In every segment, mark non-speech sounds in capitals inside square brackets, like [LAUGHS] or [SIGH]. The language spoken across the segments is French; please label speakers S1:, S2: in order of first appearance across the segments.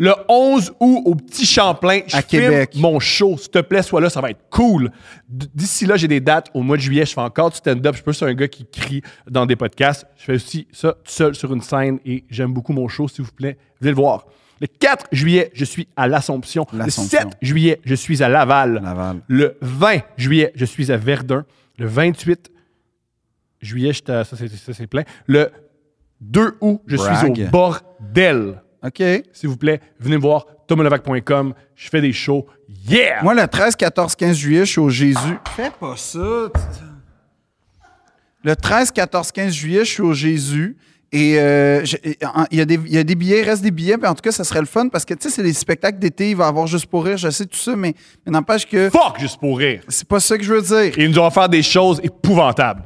S1: Le 11 août au Petit Champlain, je
S2: À
S1: filme
S2: Québec.
S1: mon show. S'il te plaît, sois là, ça va être cool. D- D'ici là, j'ai des dates. Au mois de juillet, je fais encore du stand-up. Je peux sur un gars qui crie dans des podcasts. Je fais aussi ça tout seul sur une scène et j'aime beaucoup mon show, s'il vous plaît. Venez le voir. Le 4 juillet, je suis à l'Assomption. Le
S2: L'Assomption.
S1: 7 juillet, je suis à Laval.
S2: Laval.
S1: Le 20 juillet, je suis à Verdun. Le 28 juillet, j'étais à- ça c'est- ça, c'est plein. Le 2 août, je suis
S2: Brag.
S1: au bordel.
S2: OK.
S1: S'il vous plaît, venez me voir tomolovac.com. Je fais des shows. Yeah!
S2: Moi, le 13, 14, 15 juillet, je suis au Jésus. Fais pas ça. Le 13, 14, 15 juillet, je suis au Jésus. Et euh, je- et en- il y, a des- il y a des billets, il reste des billets, mais en tout cas, ça serait le fun parce que, tu sais, c'est des spectacles d'été, il va y avoir juste pour rire, je sais tout ça, mais, mais n'empêche que
S1: Fuck, juste pour rire.
S2: c'est pas ça que je veux dire.
S1: Et ils nous ont faire des choses épouvantables.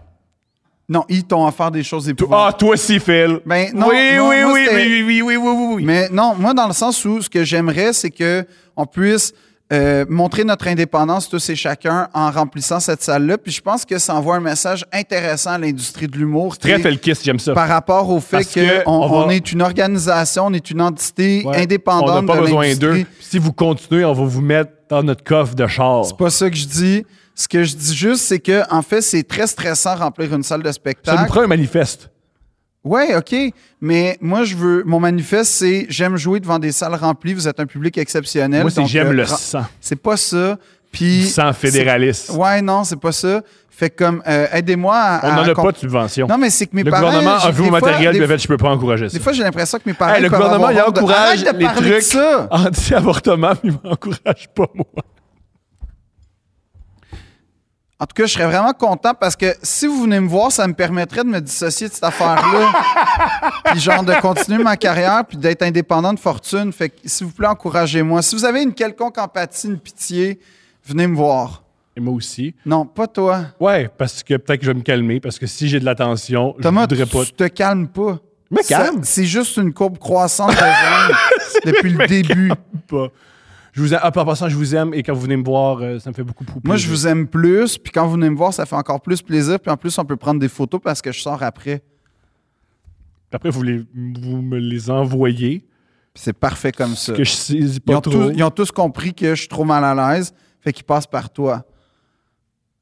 S2: Non, ils t'ont offert des choses
S1: Ah,
S2: épouvantables.
S1: toi aussi, Phil.
S2: Ben, non,
S1: oui,
S2: non,
S1: oui,
S2: moi,
S1: oui,
S2: c'était-
S1: oui, oui, oui, oui, oui, oui.
S2: Mais non, moi, dans le sens où ce que j'aimerais, c'est que on puisse euh, montrer notre indépendance tous et chacun en remplissant cette salle-là. Puis je pense que ça envoie un message intéressant à l'industrie de l'humour.
S1: Très
S2: qui-
S1: Felkis, j'aime ça.
S2: Par rapport au fait
S1: Parce
S2: qu'on
S1: que
S2: on
S1: on va-
S2: on est une organisation, on est une entité
S1: Ouais.
S2: indépendante
S1: On n'a pas
S2: de
S1: besoin
S2: l'industrie.
S1: d'eux. Si vous continuez, on va vous mettre dans notre coffre de char.
S2: C'est pas ça que je dis. Ce que je dis juste, c'est que en fait, c'est très stressant remplir une salle de
S1: Ça nous
S2: spectacle.
S1: prend un manifeste.
S2: Ouais, ok. Mais moi, je veux. Mon manifeste, c'est j'aime jouer devant des salles remplies. Vous êtes un public exceptionnel.
S1: Moi, c'est
S2: Donc,
S1: j'aime
S2: euh,
S1: le
S2: ra-
S1: sang.
S2: C'est pas ça. Puis
S1: Sans fédéraliste.
S2: c'est- Ouais, non, c'est pas ça. Fait que comme euh, aidez-moi à
S1: On n'en
S2: à
S1: a
S2: com-
S1: pas de subvention.
S2: Non, mais c'est que mes
S1: le
S2: parents
S1: gouvernement a
S2: j'ai-
S1: vu
S2: des
S1: mon
S2: fois-
S1: matériel
S2: des-
S1: et a fait je peux pas encourager ça.
S2: Des fois, j'ai l'impression que mes parents
S1: Hey, le
S2: peuvent
S1: gouvernement,
S2: avoir
S1: il
S2: honte de-
S1: encourage
S2: Arrête de
S1: les
S2: parler de
S1: trucs [LAUGHS]
S2: ça.
S1: anti-avortement, mais il m'encourage pas, moi.
S2: En tout cas, je serais vraiment content parce que si vous venez me voir, ça me permettrait de me dissocier de cette affaire-là.
S1: [LAUGHS]
S2: puis genre de continuer ma carrière puis d'être indépendant de fortune. Fait que s'il vous plaît, encouragez-moi. Si vous avez une quelconque empathie, une pitié, venez me voir.
S1: Et moi aussi.
S2: Non, pas toi.
S1: Ouais, parce que peut-être que je vais me calmer, parce que si j'ai de l'attention, je
S2: Thomas,
S1: voudrais
S2: tu,
S1: pas.
S2: tu te calmes pas.
S1: Me
S2: Ça,
S1: calme.
S2: C'est juste une courbe croissante de
S1: [LAUGHS]
S2: jaune depuis le début.
S1: pas. Je vous aime. Ah, en passant, je vous aime et quand vous venez me voir, euh, ça me fait beaucoup plaisir.
S2: Moi, je vous aime plus, puis quand vous venez me voir, ça fait encore plus plaisir, puis en plus, on peut prendre des photos parce que je sors après.
S1: Après, vous, les, vous me les envoyez,
S2: Puis C'est parfait comme ça.
S1: que je saisis
S2: Euh, Ils
S1: pas
S2: ont,
S1: trop.
S2: tous, ils ont tous compris que je suis trop mal à l'aise, fait qu'ils passent par toi.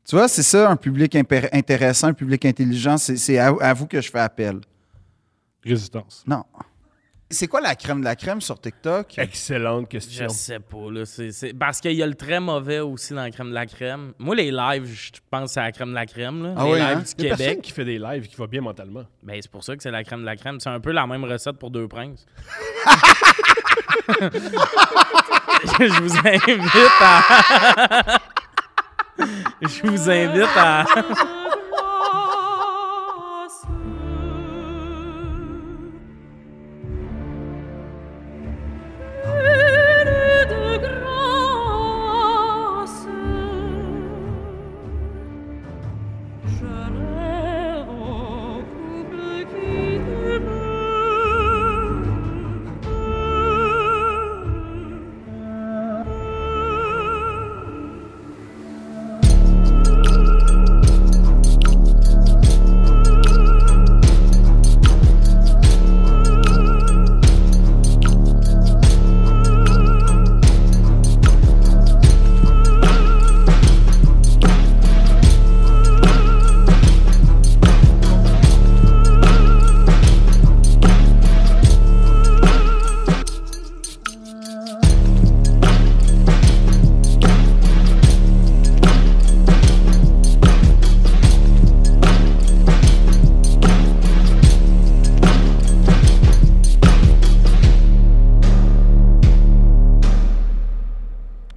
S2: Tu vois, c'est ça, un public impér- intéressant, un public intelligent, c'est- c'est à, à vous que je fais appel.
S1: Résistance.
S2: Non. C'est quoi la crème de la crème sur TikTok?
S1: Excellente
S3: Je
S1: question.
S3: sais pas, là. c'est- c'est- Parce qu'il y a le très mauvais aussi dans la crème de la crème. Moi, les lives, je pense à la crème de la crème, là.
S2: Ah
S3: les
S2: oui,
S3: lives
S2: hein?
S3: du Québec.
S1: qui fait des lives qui va bien mentalement.
S3: Ben, c'est pour ça que c'est la crème de la crème. C'est un peu la même recette pour Deux Princes. [LAUGHS] je vous invite à. [LAUGHS] je vous invite
S2: [LAUGHS]
S3: à.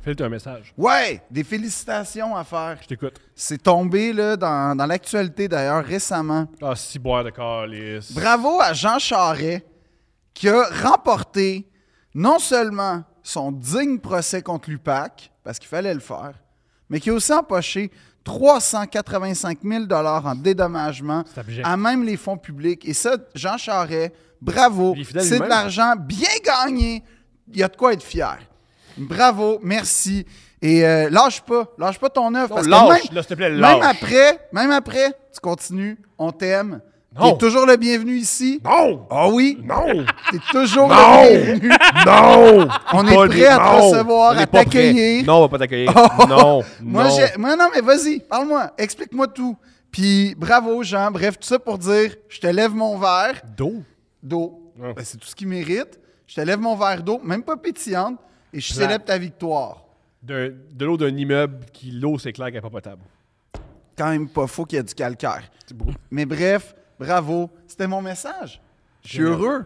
S1: Fais-le un message.
S2: Ouais, des félicitations à faire.
S1: Je t'écoute.
S2: C'est tombé là, dans, dans l'actualité d'ailleurs récemment.
S1: Ah, si boire de calice.
S2: Bravo à Jean Charest qui a remporté non seulement son digne procès contre l'UPAC, parce qu'il fallait le faire, mais qui a aussi empoché 385 000 en dédommagement
S1: abject.
S2: à même les fonds publics. Et ça, Jean Charest, bravo.
S1: Il est fidèle
S2: C'est de
S1: lui-même.
S2: l'argent bien gagné. Il y a de quoi être fier. Bravo, merci. Et euh, lâche pas, lâche pas ton œuvre. parce que
S1: lâche,
S2: même-
S1: là, s'il te plaît,
S2: même
S1: lâche.
S2: après, même après, tu continues, on t'aime. T'es
S4: Non!
S2: toujours le bienvenu ici.
S4: Non!
S2: Ah oui,
S4: Non!
S2: t'es toujours
S4: Non.
S2: le
S4: [LAUGHS]
S2: bienvenu.
S4: Non!
S2: On est
S1: Pas
S2: prêt à te
S1: non.
S2: recevoir,
S1: On est
S2: à
S1: pas prêt.
S2: t'accueillir. Oh,
S1: Non, on va pas t'accueillir. non.
S2: Moi,
S1: non.
S2: j'ai- moi, non, mais vas-y, parle-moi, explique-moi tout. Puis bravo, Jean. Bref, tout ça pour dire, je te lève mon verre
S4: D'eau?
S2: d'eau. Ben, c'est tout ce qu'il mérite. Je te lève mon verre d'eau, même pas pétillante, et je
S1: Plate.
S2: célèbre ta victoire.
S1: D'un- de l'eau d'un immeuble qui, l'eau, c'est clair qu'elle n'est pas potable.
S2: Quand même pas faux qu'il y a du calcaire. Mais bref, bravo. C'était mon message. Je suis heureux.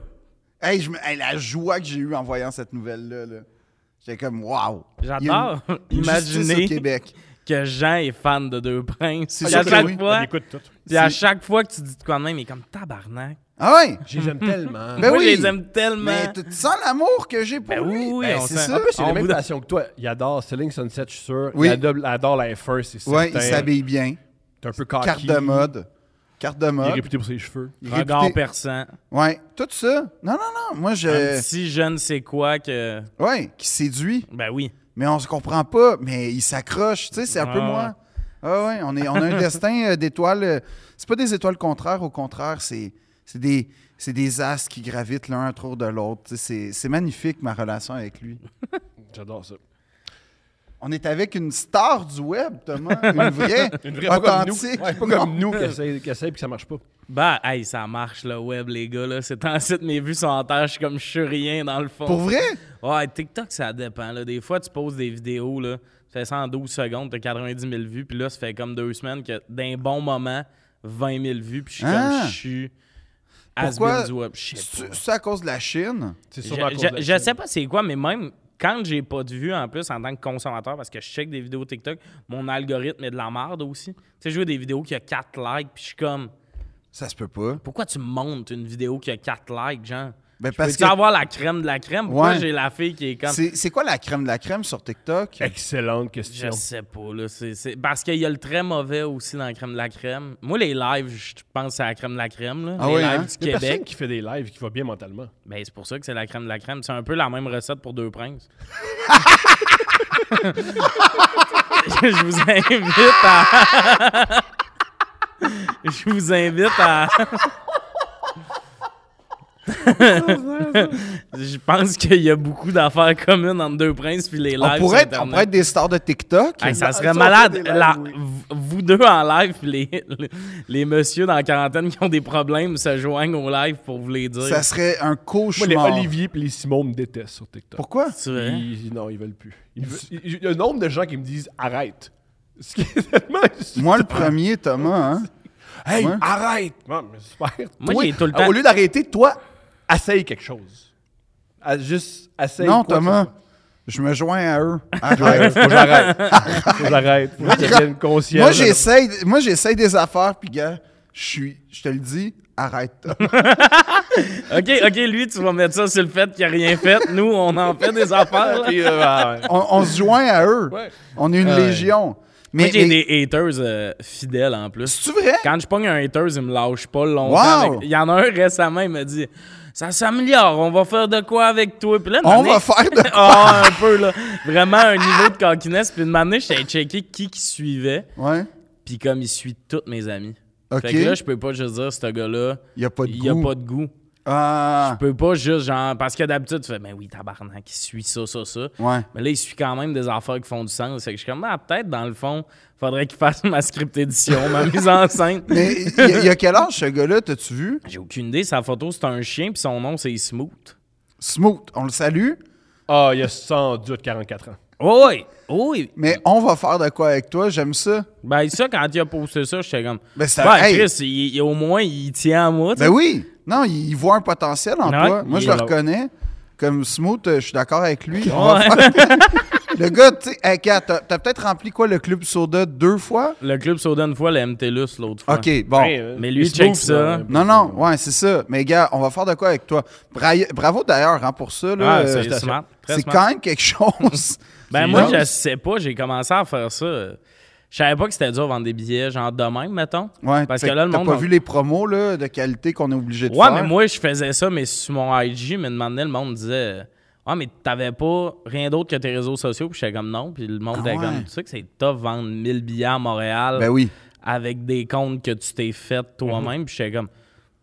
S2: Hey, je me- hey, la joie que j'ai eue en voyant cette nouvelle-là. là. J'étais comme, waouh.
S3: J'adore [LAUGHS]
S2: Imaginez.
S3: imaginer
S2: Québec.
S3: que Jean est fan de Deux Princes.
S2: C'est
S3: Puis
S2: sûr
S3: à
S2: que
S3: chaque
S2: oui. Ben,
S4: On
S3: fois,
S4: écoute tout.
S3: puis à
S2: C'est-
S3: chaque fois que tu dis de quoi de même, il est comme tabarnak.
S2: Ah ouais?
S4: J'aime tellement.
S2: Ben
S3: Moi,
S2: oui.
S3: je les aime tellement.
S2: Mais tu tu sens l'amour que j'ai pour
S3: Ben
S2: lui.
S3: oui, oui,
S2: Ben,
S3: on
S2: c'est
S3: sent-
S2: ça.
S3: Ah,
S1: En plus, c'est
S3: On
S1: la même
S3: vous-
S1: passion que toi. Il adore Selling Sunset, je suis sûr.
S2: Oui.
S1: Il adore, il adore la F1, c'est certain.
S2: Ouais, il s'habille bien.
S1: T'es un peu cocky.
S2: Carte de mode. Carte de
S1: Il est
S2: mode.
S1: réputé pour ses cheveux.
S2: Il est
S3: Regard
S2: réputé-
S3: perçant.
S2: Ouais, tout ça. Non, non, non. Moi, je.
S3: Si jeune, c'est quoi que.
S2: Ouais, qui séduit.
S3: Ben oui.
S2: Mais on se comprend pas. Mais il s'accroche. Tu sais, c'est un peu
S3: Ah.
S2: moi. Ah ouais, on, est, on a
S1: [LAUGHS]
S2: un destin euh, d'étoiles. euh, C'est pas des étoiles contraires, au contraire, c'est c'est des, c'est des astres qui gravitent l'un autour de l'autre. Tu sais, C'est c'est magnifique, ma relation avec lui.
S1: J'adore ça.
S2: On est avec une star du web, Thomas. Une vraie,
S1: [LAUGHS] Une vraie pas comme nous.
S2: authentique.
S1: Ouais, pas
S2: Non.
S1: comme nous qui essaie, qui essaie puis que ça marche pas.
S3: Ben, hey, ça marche le web, les gars. là. C'est en site, mes vues sont en terre. Je suis comme je suis rien dans le fond.
S2: Pour vrai?
S3: Ouais, TikTok, ça dépend. Là. Des fois, tu poses des vidéos, là, ça fait 112 secondes, t'as 90 000 vues, puis là, ça fait comme deux semaines que d'un bon moment, 20 000 vues, puis je suis
S2: Ah!
S3: comme, je suis has
S2: Pourquoi?
S3: been du web. Je sais
S2: C'est
S3: pas.
S2: c'est à cause de la Chine?
S1: C'est
S3: Je-
S1: sûrement à cause de
S3: Je
S1: la
S3: je
S1: Chine.
S3: sais pas c'est quoi, mais même quand j'ai pas de vues en plus en tant que consommateur, parce que je check des vidéos TikTok, mon algorithme est de la merde aussi. Tu sais, je vois des vidéos qui a 4 likes, puis je suis comme,
S2: Ça se peut pas.
S3: pourquoi tu montes une vidéo qui a 4 likes, genre?
S2: Ben,
S3: Je
S2: parce
S3: Peux-tu
S2: que-
S3: avoir la crème de la crème? Pourquoi
S2: Ouais.
S3: j'ai la fille qui est comme...
S2: C'est c'est quoi la crème de la crème sur TikTok?
S1: Excellente question.
S3: Je sais pas, là. c'est- c'est- Parce qu'il y a le très mauvais aussi dans la crème de la crème. Moi, les lives, je pense à la crème de la crème, là.
S2: Ah
S3: les
S2: ouais,
S3: lives
S2: hein?
S3: du
S1: Il y a personne
S3: Québec.
S1: qui fait des lives qui va bien mentalement.
S3: Ben, c'est pour ça que c'est la crème de la crème. C'est un peu la même recette pour Deux Princes. je vous invite à... je vous invite à... je pense qu'il y a beaucoup d'affaires communes entre Deux Princes puis les lives
S2: On pourrait,
S3: sur
S2: être, on
S3: Internet.
S2: pourrait être des stars de TikTok.
S3: Hey, Bah, ça
S2: Ça,
S3: serait
S2: on
S3: malade.
S2: fait des lives,
S3: La-
S2: oui.
S3: v- Vous deux en live, puis les, les, les messieurs dans la quarantaine qui ont des problèmes se joignent au live pour vous les dire.
S2: Ça serait un
S1: Moi, les
S2: cauchemar.
S1: Olivier et les Simon me détestent sur TikTok.
S2: Pourquoi?
S3: C'est vrai?
S1: Ils- non, ils veulent plus. Ils veulent- Il y a un nombre de gens qui me disent arrête. Ce qui est tellement.
S2: Moi, le premier, Thomas. hein?
S1: Hey,
S2: Ouais.
S1: arrête! Non, mais super.
S3: Moi,
S1: Toi,
S3: j'ai tout le temps-
S1: Au lieu d'arrêter, toi, essaye quelque chose. À- juste, essaye. quoi Ah,
S2: Non,
S1: que
S2: Thomas.
S1: ce soit.
S2: Je me joins à eux.
S1: Ouais,
S2: Arrête.
S1: faut que
S3: [LAUGHS]
S1: j'arrête. faut que j'arrête. Faut que je devienne conscient.
S2: moi, j'essaye, moi, j'essaye des affaires, puis gars, je suis, je te le dis, arrête.
S1: [LAUGHS]
S2: Thomas.
S3: OK, OK, lui, tu vas mettre ça sur le fait qu'il a rien fait. Nous, on en fait des affaires. là.
S1: Puis, euh, ah, ouais.
S2: on, on se joint à eux.
S1: Ouais.
S2: On est une légion.
S3: Euh, Moi,
S2: Mais,
S3: j'ai
S2: mais-
S3: des haters euh, fidèles en plus.
S2: c'est-tu vrai?
S3: Quand je pogne un haters, il me lâche pas longtemps.
S2: Wow!
S3: avec- Il y en a un récemment, il m'a dit Ça s'améliore, on va faire de quoi avec toi? Puis là, une
S2: On
S3: année-
S2: va faire
S3: [LAUGHS]
S2: de
S3: Ah, un peu, là. Vraiment un niveau de coquinesse. Puis une année, j'étais checké qui qui suivait.
S2: Ouais.
S3: Puis comme il suit tous mes amis.
S2: OK.
S3: Fait que là, je peux pas juste dire, ce gars-là,
S2: Il n'y a pas de
S3: il a
S2: goût.
S3: pas de goût.
S2: Ah,
S3: Je peux pas juste, genre, parce que d'habitude, tu fais, ben oui, tabarnak, il suit ça, ça, ça.
S2: ouais.
S3: Mais là, il suit quand même des affaires qui font du sens. Fait que je suis comme, ah, peut-être, dans le fond, faudrait qu'il fasse ma script édition, ma mise en scène.
S2: Mais il y a- il y a quel âge ce gars-là, t'as-tu vu?
S3: J'ai aucune idée, sa photo, c'est un chien, puis son nom, c'est Smooth.
S2: Smooth, on le salue,
S1: Ah, il y a sans doute 44 ans.
S3: Oh, oui, oh, oui.
S2: mais on va faire de quoi avec toi, j'aime ça.
S3: Ben, ça, quand il a posté ça, j'étais comme,
S2: Ben,
S3: ben,
S2: c'est un- hey.
S3: Chris, il- il- au moins, il tient à moi, tu sais.
S2: Ben oui, non, il, il voit un potentiel en
S3: Ouais,
S2: toi. Moi,
S3: il
S2: je le
S3: est là.
S2: reconnais. Comme Smooth, euh, je suis d'accord avec lui. On va
S3: Ouais.
S2: faire- [LAUGHS] le gars, tu sais, hey, Kat, t'as t'as peut-être rempli quoi le club soda deux fois?
S3: Le club soda une fois, le MTLUS l'autre fois.
S2: Ok, bon.
S1: Hey, euh,
S3: Mais lui,
S1: il se
S3: check
S1: move,
S3: ça.
S1: là. [LAUGHS]
S2: Non, non, ouais, c'est ça. Mais gars, on va faire de quoi avec toi? Bra- Bravo d'ailleurs hein, pour ça. là.
S3: Ah,
S2: Euh,
S3: c'est smart. Très
S2: c'est
S3: smart.
S2: quand même quelque chose.
S3: [LAUGHS] Ben
S2: C'est
S3: moi,
S2: bon.
S3: je sais pas, j'ai commencé à faire ça. euh, Je savais pas que c'était dur de vendre des billets, genre de même, mettons.
S2: Ouais,
S3: Parce
S2: fait
S3: que là, le
S2: t'as
S3: monde.
S2: pas
S3: on-
S2: vu les promos là, de qualité qu'on est obligé de
S3: Ouais,
S2: faire.
S3: mais moi, je faisais ça, mais sur mon IG, mais demandait, le monde disait. euh, Ouais, mais t'avais pas rien d'autre que tes réseaux sociaux, puis j'étais comme non, puis le monde
S2: Ah
S3: était
S2: ouais.
S3: comme, tu sais que c'est top vendre 1000 billets à Montréal
S2: Ben oui.
S3: avec des comptes que tu t'es fait toi-même, puis j'étais comme,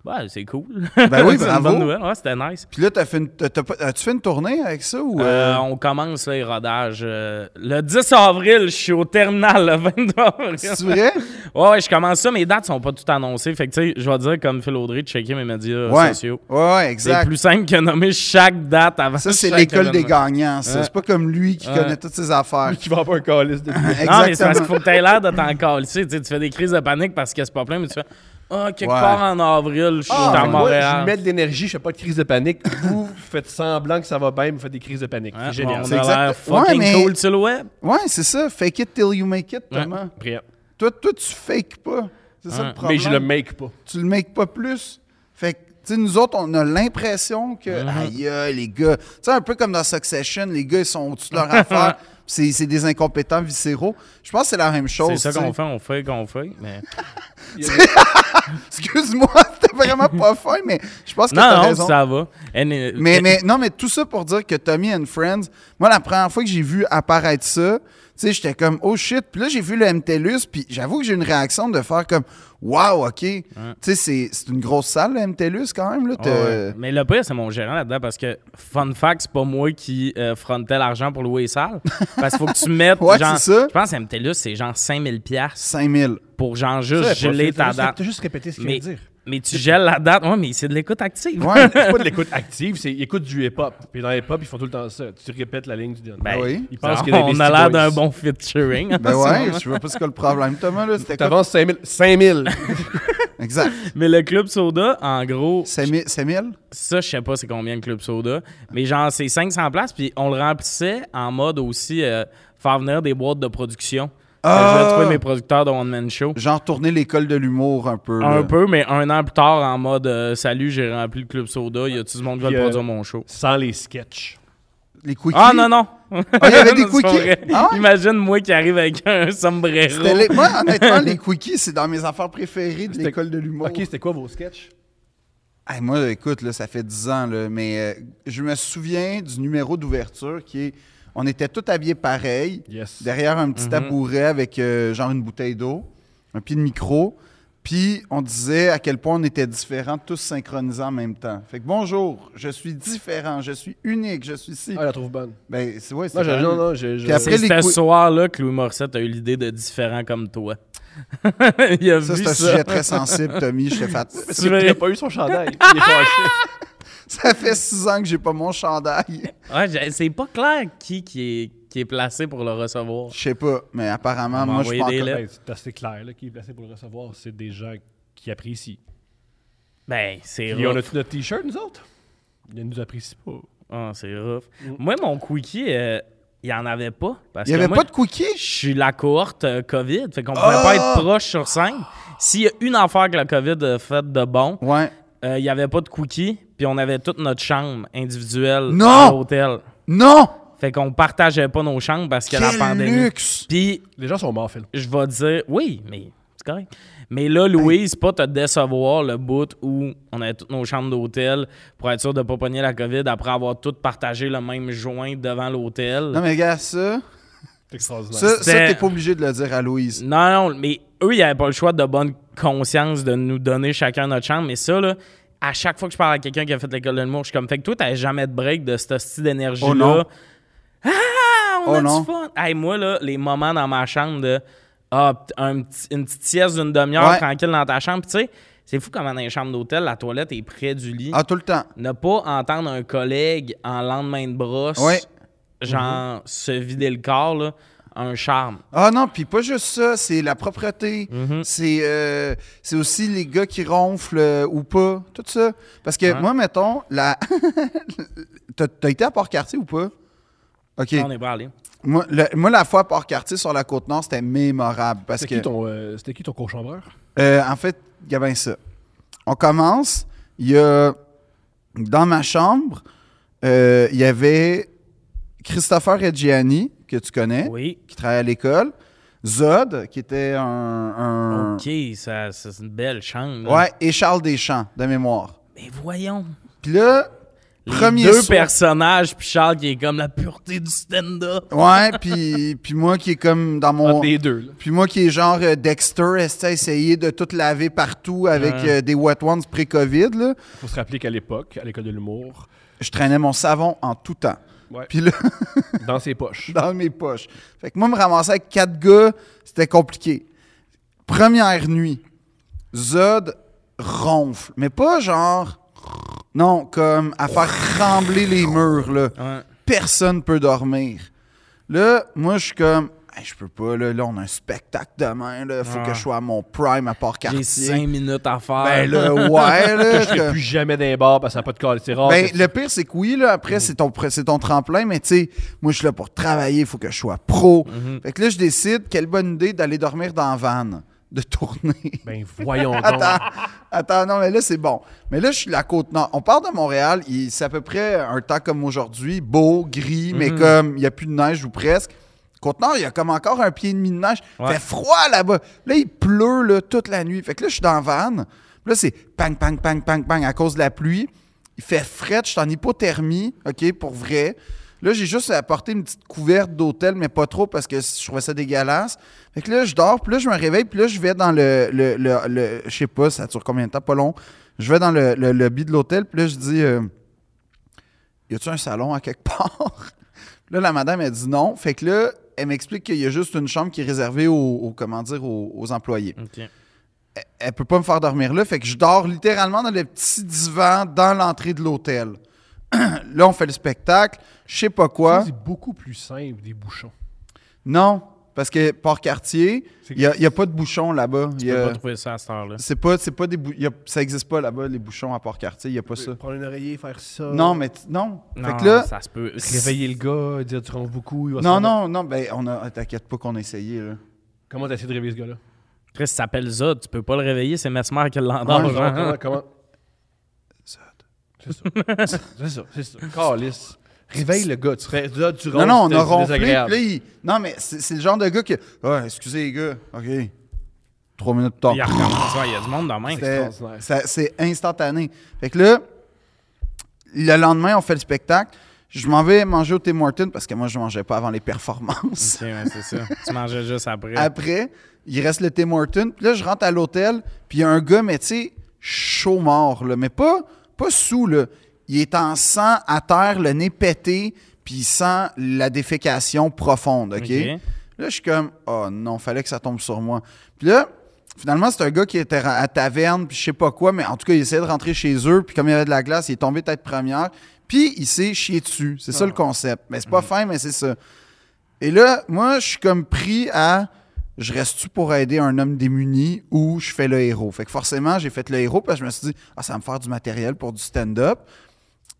S3: Ouais, c'est cool. [LAUGHS]
S2: Ben oui,
S3: C'est une
S2: bravo.
S3: bonne nouvelle. Ouais, c'était nice.
S2: Puis là, t'as fait une- t'as- t'as pas- as-tu fait une tournée avec ça? ou
S3: Euh,
S2: euh,
S3: on commence là, les rodages. euh, le 10 avril, je suis au terminal le 23
S2: C'est
S3: avril. [LAUGHS]
S2: vrai?
S3: Ouais, ouais, je commence ça. Mes dates sont pas toutes annoncées. Fait que, tu sais, je vais dire, comme Phil Audrey, de checker mes médias
S2: Ouais.
S3: sociaux.
S2: Ouais, ouais,
S3: C'est
S2: exact.
S3: plus simple que nommer chaque date avant
S2: Ça, c'est
S3: chaque
S2: l'école des
S3: événement.
S2: gagnants. ça.
S3: Ouais.
S2: C'est pas comme lui qui
S3: Ouais.
S2: connaît toutes ses
S3: [LAUGHS]
S2: affaires.
S1: Qui vend pas un calice de
S3: Non, mais c'est parce
S2: Exactement.
S3: qu'il faut que t'aies l'air de t'en calisser. Tu sais, tu fais des crises de panique parce que c'est pas plein, mais tu fais Ah, quelque
S2: Ouais.
S3: part en avril, je suis
S1: Ah,
S3: à
S1: moi,
S3: Montréal.
S1: je mets de l'énergie, je fais pas de crise de panique. [LAUGHS] Vous faites semblant que ça va bien, vous faites des crises de panique.
S3: Ouais,
S1: c'est génial.
S3: On
S2: C'est
S3: a l'air
S2: exact- Ouais,
S3: fucking
S2: mais-
S3: cool sur le web.
S2: Ouais, c'est ça. Fake it till you make it, Thomas.
S1: Brillant.
S2: Toi, toi, tu fakes pas. C'est ça
S3: Ouais.
S2: le
S1: Mais
S2: problème.
S1: je le make pas.
S2: Tu le make pas plus. Fait que, tu sais, nous autres, on a l'impression que,
S3: Mm-hmm.
S2: aïe, aïe, les gars, tu sais, un peu comme dans Succession, les gars, ils sont au-dessus de leur
S3: [LAUGHS]
S2: affaire. puis C'est c'est des incompétents viscéraux. Je pense que c'est la même chose.
S3: C'est ça
S2: tu sais.
S3: qu'on fait, on fait qu'on fait. mais-
S2: [LAUGHS] Excuse-moi, t'es vraiment pas fin, mais je pense que t'as
S3: Non, non,
S2: raison.
S3: ça va. And, euh,
S2: Mais,
S3: euh,
S2: mais, non, mais tout ça pour dire que Tommy and Friends, moi, la première fois que j'ai vu apparaître ça, tu sais, j'étais comme, oh shit. Puis là, j'ai vu le MTLUS, puis j'avoue que j'ai une réaction de faire comme, wow, OK. Tu sais, c'est c'est une grosse salle, le MTLUS, quand même. Là,
S3: ouais,
S2: t'as-
S3: ouais. Mais le pire, c'est mon gérant là-dedans parce que, fun fact, c'est pas moi qui euh, frontais l'argent pour louer les salles. Parce qu'il
S2: [LAUGHS]
S3: faut que tu mettes.
S2: Ouais,
S3: genre,
S2: c'est ça.
S3: Je pense que MTLUS, c'est genre 5000$ [LAUGHS]
S2: 5000.
S3: pour genre juste geler ta date.
S1: juste répété ce
S3: Mais, [LAUGHS] mais tu gèles la date. Ouais, mais c'est de l'écoute active.
S2: Ouais.
S1: C'est pas de l'écoute active, c'est écoute du hip-hop. Puis dans hip-hop, ils font tout le temps ça. Tu répètes la ligne du donnes.
S3: Ben,
S2: Oui.
S1: Ils pensent
S3: on
S1: qu'il y a des
S3: a l'air
S1: Beastie
S3: d'un
S1: Boys.
S3: bon featuring. hein. en
S2: ben
S3: ce
S2: ouais,
S3: moment.
S2: je vois pas c'est quoi le problème, Thomas. là, C'était quoi?
S1: T'avances 5000. 5000!
S2: Exact.
S3: Mais le Club Soda, en gros,
S2: 5000. 5000?
S3: ça, je sais pas c'est combien le Club Soda, mais genre, c'est 500 places, puis on le remplissait en mode aussi euh, faire venir des boîtes de production.
S2: Ah!
S3: Euh, Je vais trouver mes producteurs de One Man Show.
S2: Genre tourner l'école de l'humour un peu. là.
S3: Un peu, mais un an plus tard, en mode euh, Salut, j'ai rempli le Club Soda, y a-tu du monde qui va
S1: Puis,
S3: le
S1: euh,
S3: produire mon show?
S1: Sans les sketchs.
S2: Les quickies.
S3: Ah non, non!
S2: Ah, il y avait
S3: [LAUGHS]
S2: des
S3: C'est pas
S2: quickies?
S3: vrai.
S2: Ah ouais?
S3: Imagine moi qui arrive avec un sombrero.
S2: C'était les- Moi,
S3: [LAUGHS]
S2: honnêtement, les quickies, c'est dans mes affaires préférées de l'école de l'humour.
S1: Ok, c'était quoi vos sketchs?
S2: Hey, moi, écoute, là, ça fait 10 ans, là, mais euh, je me souviens du numéro d'ouverture qui est. On était tous habillés pareil,
S1: Yes.
S2: derrière un
S3: Mm-hmm.
S2: petit tabouret avec euh, genre une bouteille d'eau, un pied de micro. Puis on disait à quel point on était différents, tous synchronisés en même temps. Fait que bonjour, je suis différent, je suis unique, je suis si.
S1: Ah, je la trouve bonne.
S2: Ben, c'est ouais, c'est
S1: Non, je,
S2: quand
S1: non,
S2: même-
S1: non, je, je-
S2: Puis après-
S3: C'est
S2: les
S3: ce
S2: cou-
S3: soir-là que Louis Morissette a eu l'idée de différent comme toi. [LAUGHS] Il a
S2: Ça,
S3: vu
S2: c'est un
S3: ça.
S2: sujet très sensible, Tommy, je te
S3: [LAUGHS]
S2: fat-
S1: C'est qu'il
S2: [LAUGHS]
S3: vrai.
S1: a pas eu son
S3: [LAUGHS]
S1: chandail. Il est fâché.
S2: Ça fait 6 ans que j'ai pas mon chandail.
S3: Ouais, j'ai- c'est pas clair qui, qui, est, qui est placé pour le recevoir.
S2: Je sais pas, mais apparemment,
S3: On m'a
S2: moi, je
S3: envoyé
S2: suis pas
S3: des
S2: encore-
S3: lettres.
S1: Ben, c'est assez clair, là, qui est placé pour le recevoir, c'est des gens qui apprécient.
S3: Ben, c'est
S1: Puis on a
S3: rough.
S1: tout notre t-shirt, nous autres? Ils ne nous apprécient pas.
S3: Ah, c'est rough. Moi, mon quickie, euh, il y en avait pas. Parce
S2: Mm. Il y
S3: que
S2: avait pas
S3: moi,
S2: de Ah! quickies?
S3: Je suis la cohorte euh, COVID, fait qu'on pouvait pas être proche sur scène. S'il y a une affaire que la COVID a faite de bon,
S2: Ouais.
S3: euh, il y avait pas de quickie, puis on avait toute notre chambre individuelle
S2: Non!
S3: à l'hôtel.
S2: Non!
S3: Fait qu'on partageait pas nos chambres parce que la
S2: Quel
S3: pandémie.
S2: luxe!
S3: Puis
S1: Les gens sont morts, Phil.
S3: je vais dire oui, mais c'est correct. Mais là, Louise, c'est pas te décevoir le bout où on avait toutes nos chambres d'hôtel pour être sûr de pas pogner la COVID après avoir toutes partagé le même joint devant l'hôtel.
S2: Non, mais gars, ça,
S1: C'est extraordinaire.
S2: ça, ça
S3: C'était-
S2: t'es pas obligé de le dire à Louise.
S3: Non, non, mais eux, ils n'avaient pas le choix de bonne conscience de nous donner chacun notre chambre. Mais ça, là, à chaque fois que je parle à quelqu'un qui a fait l'école de l'humour, je suis comme, fait que toi, t'avais jamais de break de ce style d'énergie-là.
S2: Oh non.
S3: Ah, on
S2: Oh
S3: a
S2: non.
S3: du fun. Hey, moi, là, les moments dans ma chambre de, ah, p- un petit- une petite sieste d'une demi-heure
S2: Ouais.
S3: tranquille dans ta chambre. Puis tu sais, c'est fou comment dans les chambres d'hôtel, la toilette est près du lit.
S2: Ah, tout le temps.
S3: Ne pas entendre un collègue en lendemain de brosse,
S2: Ouais.
S3: genre, se vider le corps, là, un charme.
S2: Ah non, puis pas juste ça, c'est la propreté, c'est euh, c'est aussi les gars qui ronflent euh, ou pas, tout ça. Parce que moi, mettons, la... [LAUGHS] t'as t'as été à Port-Cartier ou pas? OK.
S3: On est pas allé.
S2: Moi, le- moi, la fois à Port-Cartier sur la Côte-Nord, c'était mémorable. Parce
S1: C'était
S2: que...
S1: qui ton, euh, c'était qui ton conchambreur?
S2: Euh, en fait, il y a bien ça. On commence. Il y a. Dans ma chambre, euh, il y avait Christopher Reggiani, que tu connais,
S3: Oui.
S2: qui travaille à l'école. Zod, qui était un. un-
S3: OK, ça, ça, c'est une belle chambre. là.
S2: Ouais, et Charles Deschamps, de mémoire.
S3: Mais voyons.
S2: Puis là,
S3: les
S2: Premier
S3: deux
S2: soir.
S3: personnages, puis Charles qui est comme la pureté du stand-up.
S2: Ouais, puis, puis moi qui est comme dans mon.
S1: Ah, Des deux, là.
S2: Puis moi qui est genre euh, Dexter, est essayer de tout laver partout avec euh, des wet ones pré-COVID, là.
S1: Faut se rappeler qu'à l'époque, à l'école de l'humour,
S2: je traînais mon savon en tout temps.
S1: Ouais.
S2: Puis là, [LAUGHS]
S1: dans ses poches.
S2: dans mes poches. Fait que moi, me ramasser avec quatre gars, c'était compliqué. Première nuit, Zod ronfle. Mais pas genre. Non, comme à faire trembler les murs, là.
S3: Ouais.
S2: Personne peut dormir. Là, moi, je suis comme. Hey, je peux pas, là, là, on a un spectacle demain, là. Faut
S3: Ah.
S2: que je sois à mon prime à part
S3: J'ai
S2: quartier.
S3: cinq minutes à faire.
S2: Ben là,
S3: [LAUGHS]
S2: ouais, là. je
S1: Je
S2: suis comme-
S1: serai plus jamais d'un bar parce que ça n'a pas de call. C'est rare.
S2: euh, ben,
S1: que-
S2: le pire, c'est que oui, là, après, c'est ton, pre- c'est ton tremplin, mais tu sais, moi, je suis là pour travailler, il faut que je sois pro. Fait que là, je décide, quelle bonne idée d'aller dormir dans la van, de tourner.
S1: [LAUGHS] Ben,
S2: [LAUGHS]
S1: voyons donc.
S2: Attends, attends, non, mais là, c'est bon. Mais là, je suis la côte nord. On part de Montréal, il- c'est à peu près un temps comme aujourd'hui, beau, gris, mais comme il n'y a plus de neige ou presque. Côte-Nord, il y a comme encore un pied et demi de neige.
S3: Ouais.
S2: Fait froid là-bas. Là, il pleut là, toute la nuit. Fait que là, je suis dans la van. Là, c'est pang, pang, pang, pang, pang à cause de la pluie. Il fait fret, je suis en hypothermie, OK, pour vrai. Là, j'ai juste apporté une petite couverte d'hôtel, mais pas trop parce que je trouvais ça dégueulasse. Fait que là, je dors, puis là, je me réveille, puis là, je vais dans le. le, le, le- je sais pas, ça dure combien de temps, pas long. Je vais dans le, le lobby de l'hôtel, puis là, je dis euh, Y a-tu un salon à quelque [LAUGHS] part Puis Là, la madame, elle dit non. Fait que là, elle m'explique qu'il y a juste une chambre qui est réservée aux, aux- comment dire, aux, aux employés.
S3: OK.
S2: Elle, elle peut pas me faire dormir là, fait que je dors littéralement dans le petit divan dans l'entrée de l'hôtel. [CLEARS THROAT] là, on fait le spectacle, je sais pas quoi.
S1: C'est beaucoup plus simple des bouchons.
S2: Non, parce que Port-Cartier,
S1: C'est-
S2: il n'y a, y a pas de bouchons là-bas. Y
S3: Tu peux
S2: a-
S3: pas trouver ça à cette heure-là.
S2: C'est pas, c'est pas des bou- y a- ça n'existe pas là-bas, les bouchons à Port-Cartier, il n'y a pas ça.
S1: Prendre un oreiller, faire ça.
S2: Non, mais t- non.
S3: Non,
S2: fait que là,
S3: ça se peut.
S1: Réveiller le gars, dire tu rentres beaucoup. Il va se
S2: non,
S1: rendre-
S2: non, non, ben, on a, t'inquiète pas qu'on a essayé, là.
S1: Comment t'as essayé de réveiller ce gars-là?
S3: Chris s'appelle Zod, tu peux pas le réveiller, c'est Mesmer qui
S1: Comment-
S3: l'endort. genre.
S1: Comment? comment- C'est ça. C'est ça. C'est ça. Calisse. Réveille le gars. Tu, serais- là, tu
S2: Non,
S1: ronfles,
S2: non, on
S1: c'est-
S2: a
S1: c'est
S2: ronflé, puis
S1: désagréable.
S2: là, il- Non, mais c'est, c'est le genre de gars qui... Ah, excusez, les gars, OK. Trois minutes de temps.
S3: Il recommence, ouais, il y a du monde dans main.
S2: C'était-
S1: extraordinaire.
S2: ça- C'est instantané. Fait que là, le lendemain, on fait le spectacle. Je m'en vais manger au Tim Hortons parce que moi, je mangeais pas avant les performances.
S3: c'est ça. Tu mangeais juste après.
S2: Après, il reste le Tim Hortons. Puis là, je rentre à l'hôtel. Puis il y a un gars, mais tu sais, chaud mort, là. Mais pas, pas sous, là. Il est en sang à terre, le nez pété. Puis il sent la défécation profonde,
S3: Ok.
S2: OK? Là, je suis comme, oh non, fallait que ça tombe sur moi. Puis là, finalement, c'est un gars qui était ra- à taverne, puis je sais pas quoi, mais en tout cas, il essayait de rentrer chez eux, puis comme il y avait de la glace, il est tombé tête première, puis il s'est chié dessus. C'est ça le concept. Mais c'est pas fin, mais c'est ça. Et là, moi, je suis comme pris à. Je reste-tu pour aider un homme démuni ou je fais le héros? Fait que forcément, j'ai fait le héros parce que je me suis dit, ah, ça va me faire du matériel pour du stand-up.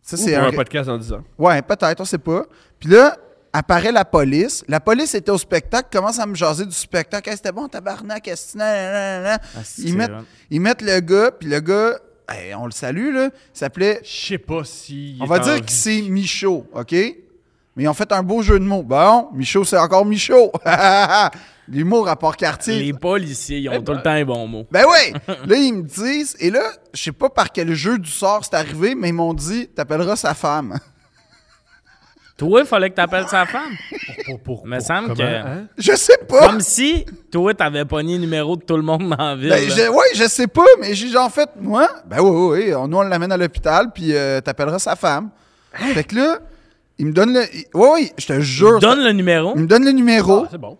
S2: Ça,
S1: Ou
S2: c'est
S1: pour
S2: un,
S1: un podcast dans 10 ans.
S2: Ouais, peut-être, on sait pas. Puis là, apparaît la police. La police était au spectacle, commence à me jaser du spectacle. Hey, c'était bon, tabarnak, est-ce que- nan, nan, nan, nan.
S3: Ah, si,
S2: ils,
S3: c'est
S2: mettent,
S3: vrai.
S2: ils mettent le gars, puis le gars, hey, on le salue, là, il s'appelait...
S1: Je sais pas si.
S2: On va dire que c'est Michaud, OK? Mais ils ont fait un beau jeu de mots. Bon, Michaud, c'est encore Michaud. [LAUGHS] L'humour à Port-Cartier.
S3: Les policiers, ils ont
S1: Eh
S3: tout
S1: ben.
S3: le temps un bon mot.
S2: Ben
S3: [LAUGHS]
S2: ouais! là, ils me disent, et là, je sais pas par quel jeu du sort c'est arrivé, mais ils m'ont dit, t'appelleras sa femme. [LAUGHS]
S3: Toi, il fallait que t'appelles sa femme.
S1: Pour, pour,
S3: Me
S1: pour-
S3: semble
S1: comment,
S3: que-
S1: hein?
S2: Je sais pas!
S3: Comme si, toi, t'avais pogné le numéro de tout le monde dans la ville.
S2: Ben,
S3: là.
S2: je- ouais, je sais pas, mais j'ai genre fait, moi, ben oui, oui, oui, on- nous on l'amène à l'hôpital, puis euh, t'appelleras sa femme.
S3: Hein?
S2: Fait que là, il me donne le. il- Ouais, oui, je te jure.
S3: Donne le numéro.
S2: Il me donne le numéro.
S1: Ah, c'est bon.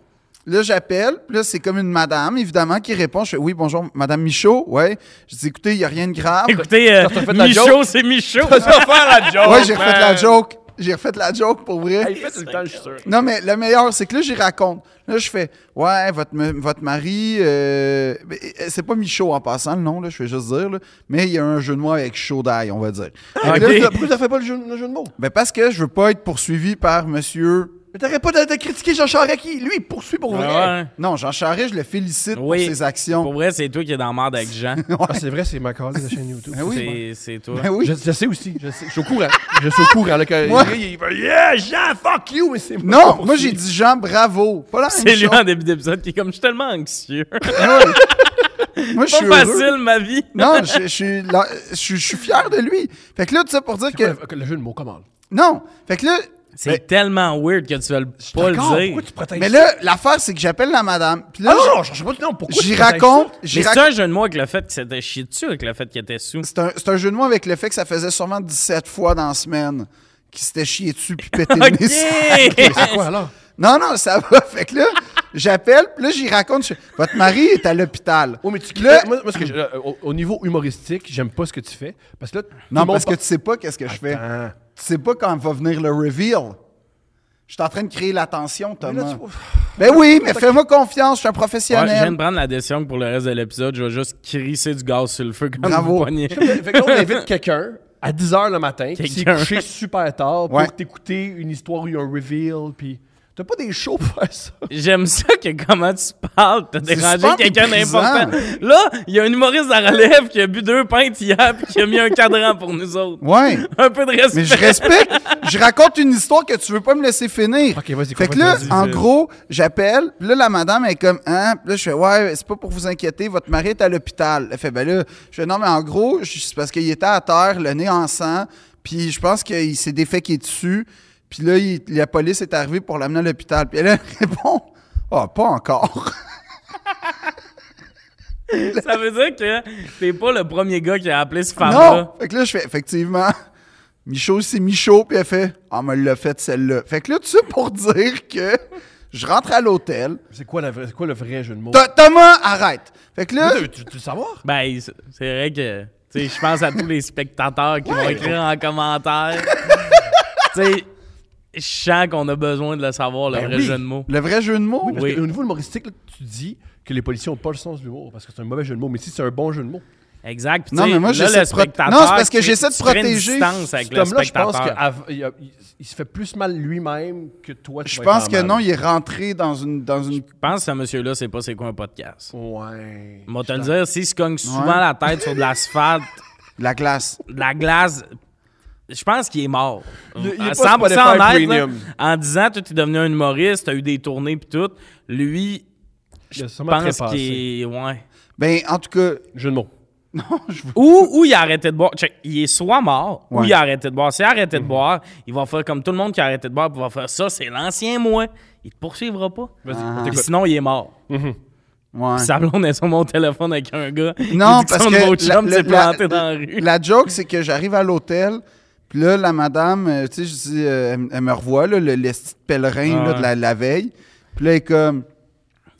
S2: Là, j'appelle. Puis là, c'est comme une madame, évidemment, qui répond. Je fais, oui, bonjour, madame Michaud. Ouais. Je dis, écoutez, il n'y a rien de grave.
S3: [LAUGHS] Écoutez, euh,
S1: t'as fait la
S3: Michaud, c'est Michaud.
S1: Ça va faire [LAUGHS] la job.
S3: oh,
S2: ouais, j'ai refait la joke. J'ai refait la joke pour vrai.
S1: Il fait tout le temps, je suis sûr.
S2: Non, mais le meilleur, c'est que là, j'y raconte. Là, je fais Ouais, votre, me- votre mari. euh, ben, euh, c'est pas Michaud en passant le nom, là, je vais juste dire. là, mais il y a un jeu de mots avec Chaudaille, on va dire.
S3: Ok.
S2: Fait que là,
S1: Pourquoi t'as fait pas le jeu, le jeu de mots?
S2: ben, parce que je veux pas être poursuivi par monsieur.
S1: Mais t'arrêtes pas de, de critiquer Jean Charest qui, lui, il poursuit pour vrai.
S3: Ah Ouais. hein.
S2: Non, Jean Charest, je le félicite
S3: Oui.
S2: pour ses actions.
S3: Pour vrai, c'est toi qui es dans la merde avec Jean.
S1: Ah, c'est vrai, c'est ma case de chaîne YouTube.
S2: Ben [LAUGHS] oui,
S3: C'est-
S2: moi.
S3: c'est toi.
S2: Ben oui.
S1: Je, je sais aussi, je, sais, je suis au courant. je suis au courant. Là, que,
S2: Moi-
S1: il- il va, yeah, Jean, fuck you, mais c'est moi.
S2: Non, moi j'ai dit Jean, bravo. Pas la même
S3: [LAUGHS] C'est lui
S2: chose.
S3: en début d'épisode qui est comme, je suis tellement anxieux. [LAUGHS]
S2: Ah ouais. Moi, je
S3: Pas
S2: suis heureux.
S3: facile, ma vie.
S2: Non, je, je suis la- je suis- je suis fier de lui. Fait que là, tout ça pour dire que.
S1: Le jeu de mots commande.
S2: Non. Fait que là,
S3: C'est tellement weird que tu veux pas
S1: D'accord,
S3: le dire.
S1: Pourquoi tu protèges
S2: mais
S1: ça?
S2: là, l'affaire, c'est que j'appelle la madame. Puis là,
S1: Ah non,
S2: je-
S1: non, je sais pas non, pourquoi tu
S2: j'y
S1: protèges
S2: raconte.
S1: ça?
S2: j'y
S3: Mais
S2: rac-
S3: c'est un jeu de mots avec le fait qu'il s'était chié dessus, avec le fait qu'il était sous.
S2: C'est un, c'est un jeu de mots avec le fait que ça faisait sûrement 17 fois dans la semaine qu'il s'était chié dessus puis pété
S1: [LAUGHS]
S2: le nez.
S1: C'est
S3: OK!
S1: quoi alors?
S2: Non, non, ça va. [LAUGHS] Fait que là, j'appelle, puis là, j'y raconte. je- Votre mari est à l'hôpital.
S1: Oh, mais tu
S2: Là-
S1: moi, moi, ce que je- euh, au, au niveau humoristique, j'aime pas ce que tu fais. Parce que là, tout le
S2: Non,
S1: monde Ah.
S2: parce que
S1: par-
S2: tu sais pas qu'est-ce que je fais.
S1: Attends.
S2: Tu sais pas quand va venir le reveal. Je suis en train de créer l'attention,
S1: Mais là,
S2: Thomas.
S1: tu-
S2: Ben
S1: [LAUGHS]
S2: oui, mais fais-moi confiance, je suis un
S3: Ouais, je viens
S2: professionnel.
S3: de prendre la décision que pour le reste de l'épisode, je vais juste crisser du gaz sur le feu comme
S2: Bravo. [LAUGHS]
S3: vous poignez.
S1: fait que là, on invite quelqu'un à 10h le matin qui s'est
S3: Quelqu'un.
S1: couché super tard
S2: Ouais.
S1: pour t'écouter une histoire où il y a un reveal. Puis t'as pas des shows pour faire ça.
S3: J'aime ça que comment tu parles, t'as
S2: C'est
S3: dérangé
S2: super
S3: quelqu'un
S2: méprisant.
S3: d'important. Là, il y a un humoriste à relève qui a bu deux pintes hier puis qui a mis un cadran pour nous autres.
S2: Ouais.
S3: Un peu de respect.
S2: Mais je respecte. je raconte une histoire que tu veux pas me laisser finir.
S1: Ok, vas-y, quoi,
S2: Fait que là,
S1: vas-y,
S2: en
S1: vas-y.
S2: gros, j'appelle. puis Là, la madame elle est comme, hein. Puis là, je fais, ouais, c'est pas pour vous inquiéter. Votre mari est à l'hôpital. Elle fait, ben là, je fais, non, mais en gros, je- c'est parce qu'il était à terre, le nez en sang. Puis je pense qu'il s'est déféqué dessus. Puis là, il- la police est arrivée pour l'amener à l'hôpital. Puis elle elle répond, oh, pas encore.
S3: Ça veut dire que t'es pas le premier gars qui a appelé ce
S2: Non!
S3: femme-là.
S2: Fait que là, je fais effectivement. [LAUGHS] Michaud, c'est Michaud, puis elle fait Ah, me l'a fait celle-là. Fait que là, tu sais, pour [LAUGHS] dire que je rentre à l'hôtel.
S1: C'est quoi, la vraie- c'est quoi le vrai jeu de mots?
S2: Th- Thomas, arrête! Fait que là,
S1: Tu, tu- tu veux savoir?
S3: Ben, c'est c'est vrai que, tu sais, je pense à tous les spectateurs qui vont écrire en
S2: [LAUGHS]
S3: commentaire. tu sais, je sens qu'on a besoin de le savoir, le
S1: Ben
S3: vrai
S1: oui.
S3: jeu de mots.
S2: le vrai jeu de mots,
S1: Parce
S3: Oui.
S1: que, au niveau humoristique, là, tu dis que les policiers n'ont pas le sens de l'humour parce que c'est un mauvais jeu de mots. Mais si c'est un bon jeu de mots,
S3: Exact. Puis,
S2: Non,
S3: tu sais,
S2: mais moi,
S3: là,
S2: j'essaie
S3: le
S2: de proté-
S3: spectateur,
S2: Non, c'est parce que
S3: tu-
S2: j'essaie de
S3: tu crées une
S2: protéger
S3: distance avec
S1: cet
S3: le
S1: homme-là, je pense
S3: spectateur.
S1: qu'il il se fait plus mal lui-même que toi. tu vas
S2: je
S1: être
S2: pense
S1: en
S2: que
S1: mal.
S2: non, il est rentré dans une. Dans une...
S3: Je pense que ce monsieur-là, c'est pas c'est quoi un podcast.
S1: Ouais.
S3: Moi, te le dire, s'il se cogne souvent la tête sur de l'asphalte,
S2: La glace.
S3: de la glace, je pense qu'il est mort.
S1: Il- il est
S3: À
S1: pas
S3: 100%
S1: Spotify
S3: honnête, là,
S1: Premium.
S3: en disant, toi, t'es devenu un humoriste, t'as eu des tournées pis tout, lui,
S1: Il a
S3: je
S1: sûrement
S3: pense
S1: trépassé.
S3: qu'il est... Ouais.
S2: Ben, en tout cas,
S1: Jeu de mots.
S2: non, je vous.
S3: Ou, ou il a arrêté de boire. Check, il est soit mort, ou
S2: Ouais.
S3: il a arrêté de boire. S'il a arrêté de boire, il va faire comme tout le monde qui a arrêté de boire, puis il va faire ça, c'est l'ancien moi. Il te poursuivra pas.
S1: Vas-y,
S2: Ah.
S1: on
S3: Puis
S1: t'écoute.
S3: sinon, il est mort.
S2: Ouais.
S3: Sa blonde est sur mon téléphone avec un gars.
S2: Non,
S3: il dit que
S2: parce
S3: son nouveau
S2: que.
S3: chum
S2: le-
S3: s'est
S2: le-
S3: planté
S2: la-
S3: dans la rue.
S2: la joke, c'est que j'arrive à l'hôtel, puis là, la madame, euh, tu sais, je dis, euh, elle, m- elle me revoit, là, le, le petit pèlerin
S3: Ah
S2: là,
S3: ouais.
S2: de la, la veille. Puis là, elle est comme,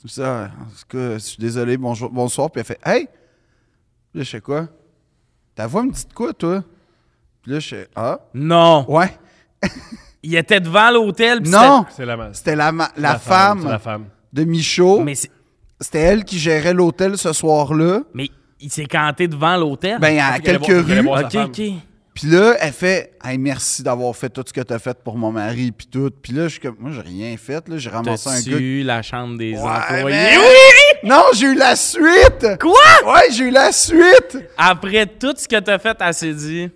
S2: tout ça, en tout cas, je suis désolé, bonjour, bonsoir. Puis elle fait, hey! Puis là, je fais quoi? Ta voix me dit de quoi, toi? Puis là, je fais, ah?
S3: Non.
S2: Ouais.
S3: Il était devant l'hôtel. puis
S2: Non!
S1: C'est la, c'est
S2: C'était la, ma- la,
S1: la
S2: femme,
S1: c'est La femme.
S2: de Michaud.
S3: c'était- Mais, c'est-
S2: C'était elle qui gérait l'hôtel ce soir-là.
S3: mais il s'est canté devant l'hôtel.
S2: Ben, à
S1: faut qu'elle
S2: quelques
S1: aille voir- faut qu'elle aille voir sa
S2: rues.
S3: ok,
S1: femme.
S3: ok.
S2: Puis là, elle fait Hey, merci d'avoir fait tout ce que t'as fait pour mon mari, puis tout. Puis là, je suis comme Moi, j'ai rien fait, là. J'ai ramassé un
S3: T'as-tu
S2: gars.
S3: eu la chambre des employés?
S2: mais-
S3: Oui!
S2: Non, j'ai eu la suite!
S3: Quoi?
S2: Ouais, j'ai eu la suite!
S3: Après tout ce que t'as fait, elle s'est dit...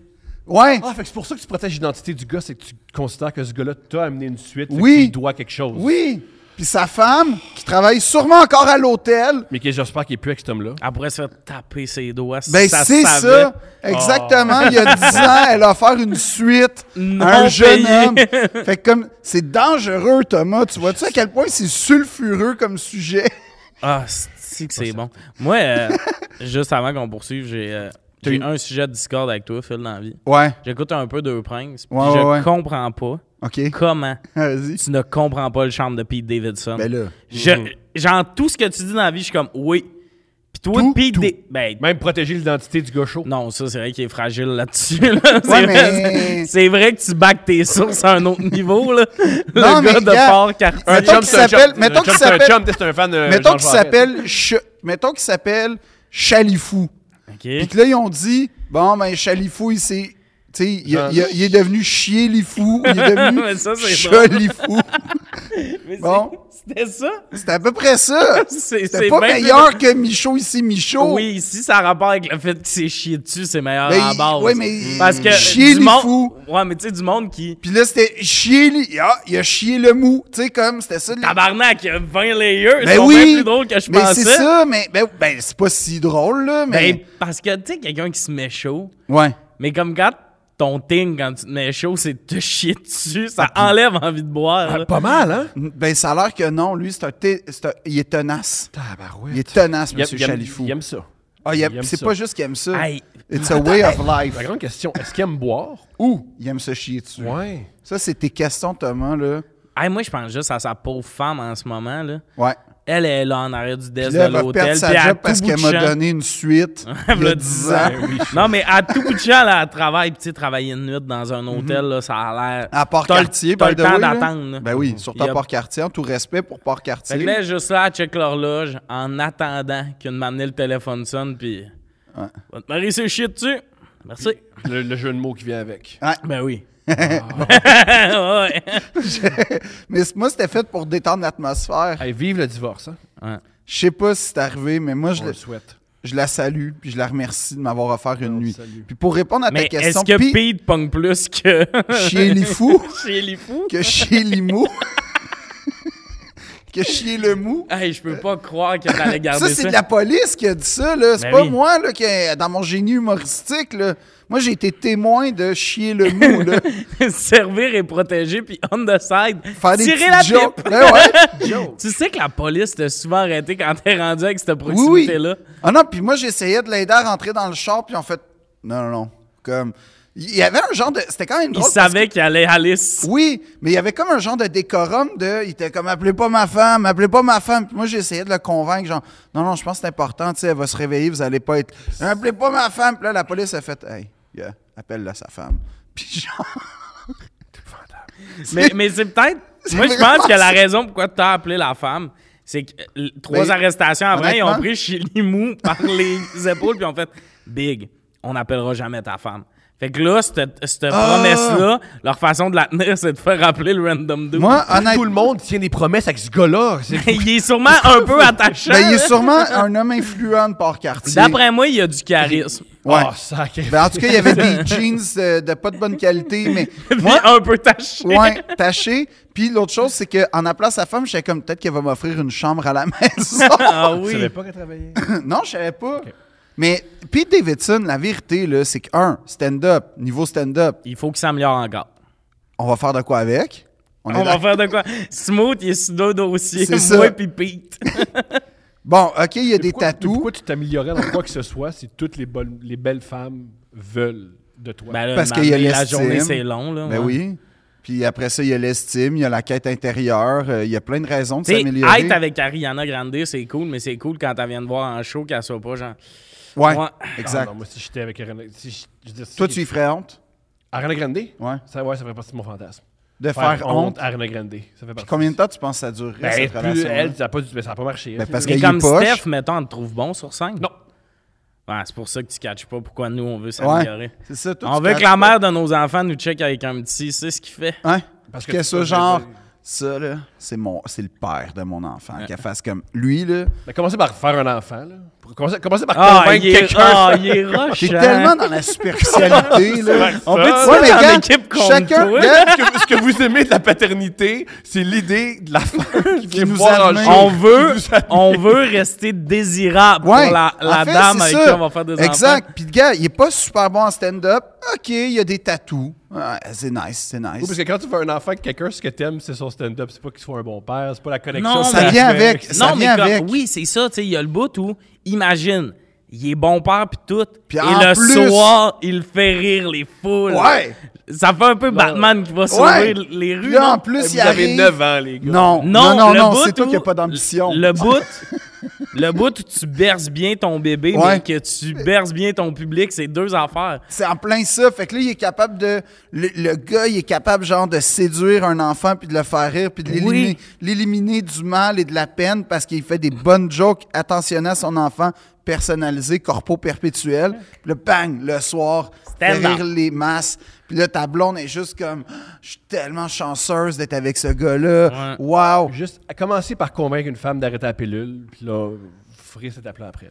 S2: Ouais!
S1: Ah, fait que c'est pour ça que tu protèges l'identité du gars, c'est que tu considères que ce gars-là t'a amené une suite,
S2: Oui.
S1: oui. il doit quelque chose.
S2: Oui! Puis sa femme, qui travaille sûrement encore à l'hôtel,
S1: Mais que j'espère qu'il est plus avec cet homme-là.
S3: Elle pourrait se faire taper ses doigts. si
S2: ben
S3: ça
S2: c'est
S3: se
S2: ça!
S3: savait. Oh.
S2: Exactement, il y a 10 ans, elle a offert une suite
S3: Non
S2: à un jeune
S3: payé.
S2: homme. Fait que comme, c'est dangereux, Thomas. Tu vois-tu à quel point c'est sulfureux comme sujet?
S3: Ah, c'est que c'est bon. Moi,
S2: [LAUGHS]
S3: euh, juste avant qu'on poursuive, j'ai euh, j'ai un sujet de Discord avec toi, Phil, dans la vie.
S2: Ouais,
S3: J'écoute un peu Deux Princes, puis
S2: Ouais,
S3: je
S2: ouais, ouais.
S3: comprends pas
S2: OK.
S3: comment
S2: Vas-y.
S3: tu ne comprends pas le chambre de Pete Davidson.
S2: Ben là.
S3: Je- genre, tout ce que tu dis dans la vie, je suis comme, oui. Puis toi,
S1: Tout,
S3: Pete
S1: tout.
S3: Da- Ben,
S1: Même protéger l'identité du gars chaud.
S3: non, ça, c'est vrai qu'il est fragile là-dessus. là. C'est
S2: Ouais,
S3: vrai,
S2: mais-
S3: c'est vrai que tu back tes sources à
S2: [LAUGHS]
S3: un autre niveau, là. Le
S2: Non, mais
S3: gars de
S2: regarde,
S3: port quartier.
S2: un Mettons chum, qu'il c'est un chum. s'appelle- mettons
S1: Un chum,
S2: qu'il
S1: c'est un
S2: s'appelle-
S1: chum, t'es un fan de
S2: mettons
S1: Jean
S2: qu'il
S1: Charest.
S2: s'appelle Ch- mettons qu'il s'appelle Chalifou. Puis
S3: Ok.
S2: que là ils ont dit bon ben Chalifou il s'est
S3: [LAUGHS]
S2: tu sais, il, il- il- il est devenu chier Lifou, il est devenu
S3: Mais ça, c'est
S2: Chalifou.
S3: Mais c'est-
S2: Bon.
S3: C'était ça?
S2: C'était à peu près ça.
S3: [LAUGHS] C'est
S2: C'était
S3: c'est
S2: pas
S3: bien plus-
S2: meilleur que Michaud ici, Michaud.
S3: Oui, ici, ça a rapport avec le fait qu'il s'est chié dessus, c'est meilleur
S2: Ben,
S3: à la base.
S2: oui, mais-
S3: Parce que
S2: Chier
S3: du
S2: les
S3: monde-
S2: fous.
S3: Ouais, mais tu sais, du monde qui...
S2: Puis là, c'était chier, lui. Ah, il a chié le mou. Tu sais, comme, c'était ça. le-
S3: Tabarnak, il y a 20 layers, c'est
S2: Ben oui.
S3: plus drôle que je
S2: mais
S3: pensais.
S2: c'est ça, mais ben, ben, c'est pas si drôle, là. Mais...
S3: Ben, parce que, tu sais, quelqu'un qui se met chaud,
S2: Ouais.
S3: mais comme quand ton thing, quand tu te mets chaud, c'est de te chier dessus,
S2: Ah,
S3: ça enlève envie de boire. là.
S4: Pas mal, hein?
S2: Ben, ça a l'air que non. Lui, c'est un, té- c'est un- Il est tenace.
S4: Tabarouette.
S2: Il est tenace,
S1: Il aime-
S2: monsieur
S1: il aime-
S2: Chalifou.
S1: Il aime ça.
S2: Ah, il aime-
S1: il aime
S2: c'est
S1: ça.
S2: pas juste qu'il aime ça.
S3: Hey,
S2: It's a way of life.
S1: La grande question, est-ce qu'il aime boire?
S2: Ou il aime se chier dessus.
S4: Ouais.
S2: Ça, c'est tes questions, Thomas, là.
S3: hey, moi, je pense juste à sa pauvre femme en ce moment, là.
S2: Ouais.
S3: Elle est là en arrière du desk
S2: Là, elle
S3: de
S2: va perdre
S3: l'hôtel. Puis
S2: sa
S3: à
S2: job
S3: tout
S2: parce
S3: bout de
S2: qu'elle m'a
S3: champ- [LAUGHS]
S2: donné Ben une suite il y a 10 ans.
S3: non, mais à tout bout de champ, là, elle travaille. Puis, tu sais, travailler une nuit dans un hôtel, là, ça a l'air.
S2: Mhm. À Port-Cartier,
S3: T'as le-
S2: by the
S3: t'as le temps
S2: way, là.
S3: d'attendre. là.
S2: Ben oui, surtout
S3: Yep.
S2: à Port-Cartier, en tout respect pour
S3: Fait que
S2: Port-Cartier.
S3: là, elle est juste là, elle check l'horloge en attendant qu'une m'amenait le téléphone sonne. Puis. Votre mari s'est chier dessus. Merci.
S1: Le, le jeu de mots qui vient avec.
S3: Ben oui.
S2: Ah.
S3: ouais.
S2: Mais c- moi, c'était fait pour détendre l'atmosphère.
S1: Hey, vive le divorce, hein?
S2: Je sais pas si c'est arrivé, mais moi, je,
S1: On
S2: la-
S1: le souhaite.
S2: je la salue, puis je la remercie de m'avoir offert une nuit.
S1: salue.
S2: Puis pour répondre à ta
S3: [LAUGHS] Oh, Mais est-ce
S2: question,
S3: que
S2: pi-
S3: Pete pogne plus que.
S2: [LAUGHS] chier les
S3: [LAUGHS]
S2: fous
S3: Chez les fous?
S2: que chier les mous, [LAUGHS] que chier le mou.
S3: Hey, je peux pas croire que t'allais garder
S2: Ça,
S3: ça.
S2: c'est de la police qui a dit ça, là. C'est
S3: Ben
S2: pas
S3: oui.
S2: moi, là, qui, dans mon génie humoristique, là. Moi, j'ai été témoin de chier le mou,
S3: [LAUGHS]
S2: là.
S3: Servir et protéger, puis on the side,
S2: Faire des
S3: tirer
S2: petites
S3: la
S2: jokes.
S3: pipe.
S2: Ben
S3: [LAUGHS]
S2: ouais.
S3: Tu sais que la police t'a souvent arrêté quand t'es rendu avec cette
S2: Oui, oui.
S3: proximité-là.
S2: Ah non, puis moi, j'essayais de l'aider à rentrer dans le char, puis en fait, non, non, non. Comme, il y avait un genre de... C'était quand même
S3: Il
S2: drôle. parce
S3: savait qu'il allait aller. s-
S2: que- Oui, mais il y avait comme un genre de décorum de... Il était comme, appelez pas ma femme, appelez pas ma femme. Puis moi, j'essayais de le convaincre, genre, non, non, je pense que c'est important, tu sais, elle va se réveiller, vous allez pas être... Appelez pas ma femme. Puis là, la police a fait, hey, yeah, appelle-la sa femme. [LAUGHS] Puis genre...
S3: [LAUGHS] Mais, mais c'est peut-être.
S2: C'est
S3: Moi, je
S2: vraiment
S3: pense que la
S2: ça.
S3: raison pourquoi t'as appelé la femme, c'est que euh, trois
S2: Ben,
S3: arrestations avant, ils ont
S2: honnêtement-
S3: pris chez Limou [LAUGHS] par les épaules, puis ont fait Big, on n'appellera jamais ta femme. Fait que là, cette, cette
S2: Ah!
S3: promesse-là, leur façon de la tenir, [LAUGHS] c'est de faire rappeler le random dude.
S2: Moi, honnêtement...
S1: Tout le monde tient des promesses avec ce gars-là. C'est-
S3: [LAUGHS] il est sûrement un peu attachant.
S2: [LAUGHS] Ben, il est
S3: là.
S2: sûrement un homme influent de Port-Cartier.
S3: D'après moi, il a du
S2: [LAUGHS]
S3: charisme.
S2: Ouais.
S1: Oh, sacré.
S2: Ben, en tout cas, il y avait des [LAUGHS] jeans euh, de pas de bonne qualité, mais
S3: Moi, un peu taché.
S2: ouais, taché. Puis l'autre chose, c'est qu'en appelant sa femme, j'étais comme peut-être qu'elle va m'offrir une chambre à la [LAUGHS] maison.
S3: Ah
S1: Tu
S3: oui.
S1: savais pas qu'elle travaillait.
S2: non, je savais pas. Mais Pete Davidson, la vérité, là, c'est que, un, stand-up, niveau stand-up,
S3: Il faut qu'il s'améliore encore.
S2: on va faire de quoi avec? est
S3: On va
S2: d'accord.
S3: faire de quoi? Smooth, il est sur deux dossiers.
S2: C'est
S3: [LAUGHS] Moi
S2: ça.
S3: puis Pete.
S2: Bon, OK, il y a des
S1: Pourquoi-
S2: tatous.
S1: Pourquoi tu t'améliorais dans quoi que ce soit si toutes les, bonnes- les belles femmes veulent de toi?
S3: Ben là,
S2: Parce
S3: le
S2: qu'il y a
S3: matin, La
S2: l'estime.
S3: journée, c'est long. Là,
S2: Ben
S3: ouais.
S2: oui. Puis après ça, il y a l'estime, il y a la quête intérieure, euh, il y a plein de raisons de
S3: Tu sais,
S2: s'améliorer.
S3: être avec Ariana Grande, c'est cool, mais c'est cool quand elle vient de voir en show qu'elle soit pas genre.
S2: Ouais,
S3: Ouais.
S1: Ah
S2: exact.
S1: non, moi, si j'étais avec Ariana... Si je, je veux dire, si-
S2: Toi, tu y ferais honte
S1: Ariana Grande?
S2: Ouais.
S1: Ça, ouais, ça fait partie de mon fantasme.
S2: de faire, honte.
S1: à Ariana Grande. Ça fait partie.
S2: Puis combien de temps tu penses que ça durerait,
S1: Ben,
S2: cette
S1: plus
S2: relation
S1: elle, ça a pas, du- mais ça a pas marché.
S2: Ben,
S1: hein.
S2: parce
S3: Mais
S2: qu'il est
S3: comme
S2: poche.
S3: Steph, mettons, on te trouve bon sur scène.
S1: Non.
S3: Ouais, c'est pour ça que tu catches pas pourquoi nous, on veut s'améliorer.
S2: Ouais, c'est ça. toi,
S3: On
S2: tu
S3: veut que
S2: catches
S3: la
S2: pas.
S3: mère de nos enfants nous check avec un petit, c'est ce qu'il fait.
S2: Hein?
S1: Parce
S2: Parce
S1: que
S2: que,
S1: tu
S2: ça,
S1: peux
S2: genre,
S1: pas-
S2: ça, là, c'est mon, c'est le père de mon enfant. Qu'elle fasse comme lui, là.
S1: Ben, commencez par faire un enfant, là. Commencez, commencez par
S3: Ah,
S1: convaincre
S3: il est,
S1: quelqu'un.
S3: ah, il est rush.
S2: T'es
S3: hein.
S2: tellement dans la
S3: [LAUGHS]
S2: superficialité, là.
S1: On peut
S3: Tu
S1: dire
S3: sais,
S2: Ouais, mais
S3: t'es en
S2: gars,
S3: équipe contre
S2: chacun-
S3: toi.
S2: gars,
S1: [LAUGHS] ce, que, ce que vous aimez de la paternité, c'est l'idée de la [LAUGHS] femme qui vient
S2: nous
S1: voir en
S2: amène.
S1: jeu.
S3: On veut,
S1: Vous savez.
S3: on veut rester désirable
S2: Ouais.
S3: pour la,
S2: En
S3: la
S2: fait,
S3: dame
S2: c'est
S3: avec
S2: ça.
S3: qui on va faire des enfants.
S2: Exact. Puis le gars, il est pas super bon en stand-up. OK, il y a des tatous. Ah, c'est nice, c'est nice.
S1: Oui, parce que quand tu veux un enfant avec quelqu'un, ce que t'aimes, c'est son stand-up. C'est pas qu'il soit un bon père, c'est pas la connexion.
S3: Non,
S1: c'est
S3: ça
S1: le
S2: vient
S1: respect.
S2: avec. Ça
S3: non, mais
S2: vient
S3: comme-
S2: avec.
S3: oui, c'est ça, tu sais, il y a le bout où, imagine, il est bon père puis tout,
S2: Puis
S3: et
S2: en
S3: le
S2: plus-
S3: soir, il fait rire les foules.
S2: Ouais.
S3: Ça fait un peu Batman qui va sauver
S2: Ouais.
S3: les rues.
S2: Puis là,
S3: non?
S2: en plus,
S1: Vous
S2: il
S1: avez
S2: arrive.
S1: 9 ans, les gars.
S2: Non,
S3: Non,
S2: non, non,
S3: le
S2: non,
S3: bout
S2: c'est toi
S3: où-
S2: qui n'as pas d'ambition.
S3: Le bout, le bout où tu berces bien ton bébé, mais
S2: Ouais.
S3: que tu berces bien ton public, c'est deux affaires.
S2: C'est en plein ça. Fait que là, il est capable de. Le, le gars, il est capable, genre, de séduire un enfant puis de le faire rire puis de l'éliminer, l'éliminer du mal et de la peine parce qu'il fait des bonnes jokes attentionnées à son enfant. personnalisé, corpo perpétuel. Puis là, bang, le soir,
S3: Stand
S2: faire
S3: up.
S2: rire les masses. Puis là, ta blonde est juste comme, je suis tellement chanceuse d'être avec ce gars-là.
S3: Ouais.
S2: Wow.
S1: Juste à commencer par convaincre une femme d'arrêter la pilule, puis là, vous ferez cet appel après.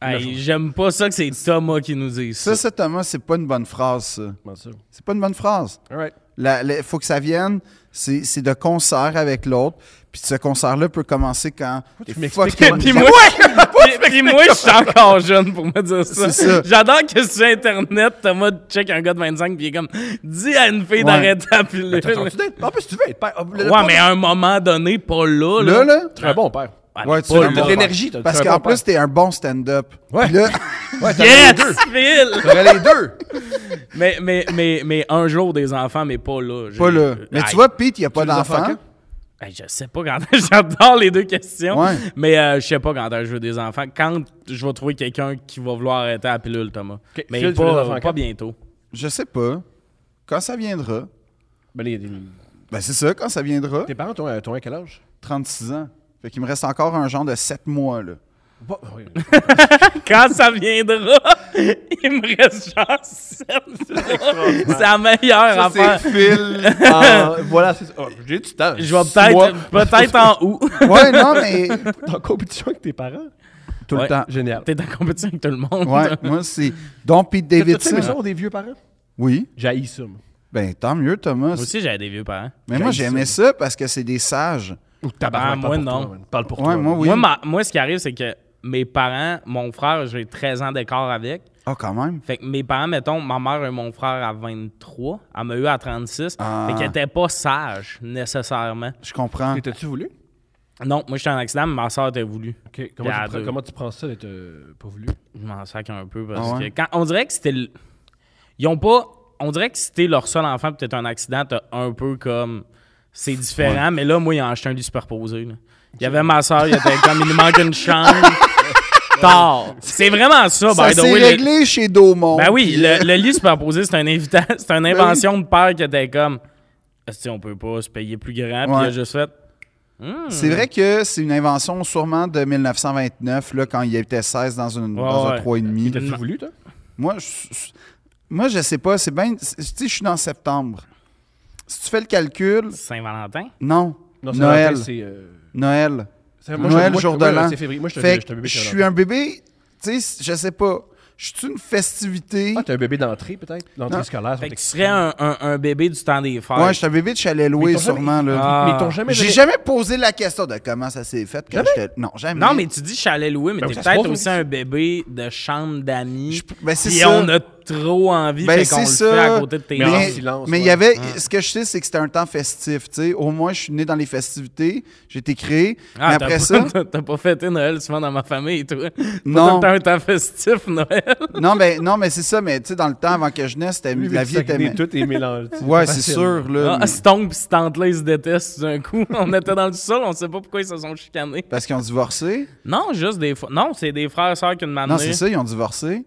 S1: là.
S3: Hey, J'aime pas ça que c'est Thomas qui nous dise ça.
S2: Ça, ça, Thomas, c'est pas une bonne phrase, ça.
S1: Comment ça?
S2: C'est pas une bonne phrase.
S1: All [LAUGHS] right.
S2: Il faut que ça vienne, c'est c'est de concert avec l'autre. Puis ce concert-là peut commencer quand.
S1: tu
S2: les
S1: m'expliques
S2: fucking-
S1: comment-
S3: Puis moi, puis- puis moi, je suis encore jeune pour me dire ça.
S2: C'est ça.
S3: J'adore que sur Internet, Thomas check un gars de 25 puis il est comme dis à une fille
S2: Ouais.
S3: d'arrêter la pilule.
S1: T'as-tu d'être- En plus, tu veux être père. Oh, Le- le-
S3: Ouais, mais à un moment donné, pas là.
S2: Là, là.
S1: Très bon père.
S3: Ah,
S2: Ouais,
S3: pas
S2: tu l'as
S1: T'as de
S2: bon.
S1: l'énergie. t'as-
S2: Parce
S1: t'as un
S2: qu'en
S1: bon
S2: plus,
S1: père.
S2: t'es un bon stand-up.
S1: Ouais.
S2: Puis là,
S1: Ouais, t'as
S3: Yes,
S1: les deux.
S3: Phil!
S1: T'aurais les deux.
S3: mais, mais, mais, mais un jour, des enfants, mais pas là. J'ai-
S2: pas là. Mais
S3: Aïe.
S2: tu vois, Pete, il n'y a pas
S1: les as fait
S2: d'enfant.
S3: Hey, je sais pas quand [LAUGHS] j'adore les deux questions,
S2: Ouais.
S3: mais euh, je sais pas quand je veux des enfants. Quand je vais trouver quelqu'un qui va vouloir arrêter la pilule, Thomas.
S1: Ok,
S3: Mais
S1: Phil, tu veux des
S3: pas,
S1: enfants
S3: pas
S1: quand?
S3: bientôt.
S2: Je sais pas. Quand ça viendra.
S1: Ben, les- les-
S2: Ben, c'est ça, quand ça viendra.
S1: Tes parents, t'ont un- t'ont un quel âge?
S2: 36 ans. Fait qu'il me reste encore un genre de 7 mois, là.
S1: Bah, oui.
S3: Quand ça viendra, [LAUGHS] il me reste genre sept mois. C'est la meilleure
S2: Ça,
S3: affaire.
S2: c'est Phil.
S1: Ah, voilà, c'est ça. Oh, J'ai du temps.
S3: Je vais
S1: Six mois.
S3: peut-être peut-être en août.
S2: [LAUGHS]
S3: [LAUGHS]
S2: ouais, non, mais.
S1: T'es [LAUGHS] en compétition avec tes parents?
S2: Tout
S3: Ouais.
S2: le temps.
S1: Génial.
S3: T'es en compétition avec tout le monde. [LAUGHS]
S2: Ouais, moi, c'est. Donc, Pete
S1: T'as-tu aimé ça,
S2: Davidson.
S1: ont des vieux parents?
S2: Oui.
S1: J'haïs ça, moi.
S2: Ben, tant mieux, Thomas.
S3: Moi aussi, j'avais des vieux parents.
S2: Mais moi,
S1: j'aime
S2: j'aimais ça parce que c'est des sages.
S1: Ou tabarnak, parle
S3: Ah, moi,
S1: pour toi,
S3: non.
S1: man. Parle pour
S2: Ouais,
S1: toi.
S2: moi,
S1: man.
S2: oui.
S3: Moi, ma- moi, ce qui arrive, c'est que mes parents, mon frère, j'ai 13 ans d'écart avec.
S2: Ah, quand même.
S3: Fait que mes parents, mettons, ma mère et mon frère à 23, elle m'a eu à 36.
S2: Ah.
S3: Fait qu'elle était pas sage, nécessairement.
S2: Je comprends.
S1: Et T'as-tu voulu?
S3: Non, moi, j'étais en accident, mais ma soeur était voulu.
S1: Ok, Comment,
S3: Puis à
S1: tu, prends-
S3: deux.
S1: comment tu prends ça d'être euh, pas voulu?
S3: Je m'en sac un peu parce
S2: Ah ouais?
S3: que quand on dirait que c'était le- ils ont pas on dirait que c'était leur seul enfant puis t'es un accident t'as un peu comme c'est différent mais là moi ils ont acheté un lit superposé là. Il y avait ma soeur, il était comme il nous manque une chambre.
S2: [LAUGHS]
S3: Tard. C'est vraiment
S1: Oh,
S3: ça,
S2: Ça
S3: by the
S2: s'est
S3: way, le-
S2: réglé euh, chez Daumont.
S3: ben oui, le, le lit superposé, c'est un invita- [LAUGHS] c'est une
S2: Ben
S3: invention de père qui était comme Esti, on peut pas se payer plus grand puis il a
S2: Ouais.
S3: juste fait
S2: C'est vrai que c'est une invention sûrement de 1929, là, quand il était 16 dans, une, dans
S3: ouais.
S2: un 3,5.
S1: T'as-tu
S3: Non.
S1: voulu, toi?
S2: Moi, je, je- moi, je sais pas. C'est bien. c'est- Tu sais, je suis dans septembre. Si tu fais le calcul,
S3: Saint-Valentin.
S2: non.
S1: Non, c'est
S2: Noël.
S1: Valentin, c'est. euh,
S2: Noël.
S1: c'est- moi, je-
S2: Noël,
S1: moi, je-
S2: jour de
S1: moi,
S2: l'an.
S1: C'est février. Moi, je suis un-
S2: Fait
S1: je suis un
S2: que
S1: bébé.
S2: je
S1: qui a
S2: suis un bébé. Tu sais, je sais pas. Je suis une festivité.
S1: Ah, t'es un bébé d'entrée, peut-être? D'entrée
S2: Non.
S1: scolaire.
S3: Fait que tu serais un, un- un bébé du temps des fêtes.
S2: ouais, je suis un bébé de chalet loué, sûrement. là.
S1: Mais
S3: Ah.
S1: ils t'ont jamais
S2: J'ai
S1: donné-
S2: jamais posé la question de comment ça s'est fait. Quand j'étais- non, jamais.
S3: Non, mais tu dis chalet loué, mais
S1: Ben,
S3: t'es
S1: ça se
S3: peut-être
S1: pose,
S3: aussi
S1: oui.
S3: un bébé de chambre d'amis.
S2: Je- ben, c'est
S3: Puis
S2: ça.
S3: on a trop envie,
S2: Ben,
S3: fait qu'on
S2: c'est
S3: le fait à
S2: ça.
S3: côté de tes
S1: Mais-
S3: parents.
S1: en silence,
S2: mais il
S1: ouais.
S2: y avait. Ah. Ce que je sais, c'est que c'était un temps festif. tu sais. Au moins, je suis né dans les festivités. J'ai été créé.
S3: Ah,
S2: mais
S3: t'as
S2: après
S3: pas- [LAUGHS]
S2: ça.
S3: T'as pas fêté Noël souvent dans ma famille, toi. Pas
S2: Non.
S3: tout le temps un temps festif, Noël.
S2: non, mais, non, mais c'est ça. Mais tu sais, dans le temps avant que je naisse, c'était-
S1: Lui,
S2: la
S1: tu
S2: vie
S1: sais que
S2: était.
S1: des- Tout est mélangé.
S2: [LAUGHS] Ouais, c'est
S1: facile.
S2: sûr. Là,
S3: Ah,
S2: mais-
S3: cette oncle pis cette tante-là, ils se détestent d'un coup. [LAUGHS] on était dans le sol, on sait pas pourquoi ils se sont chicanés.
S2: Parce qu'ils ont divorcé.
S3: Non, juste des fois. Non, c'est des frères et sœurs qui nous
S2: Non,
S3: m'amenaient
S2: c'est ça, ils ont divorcé.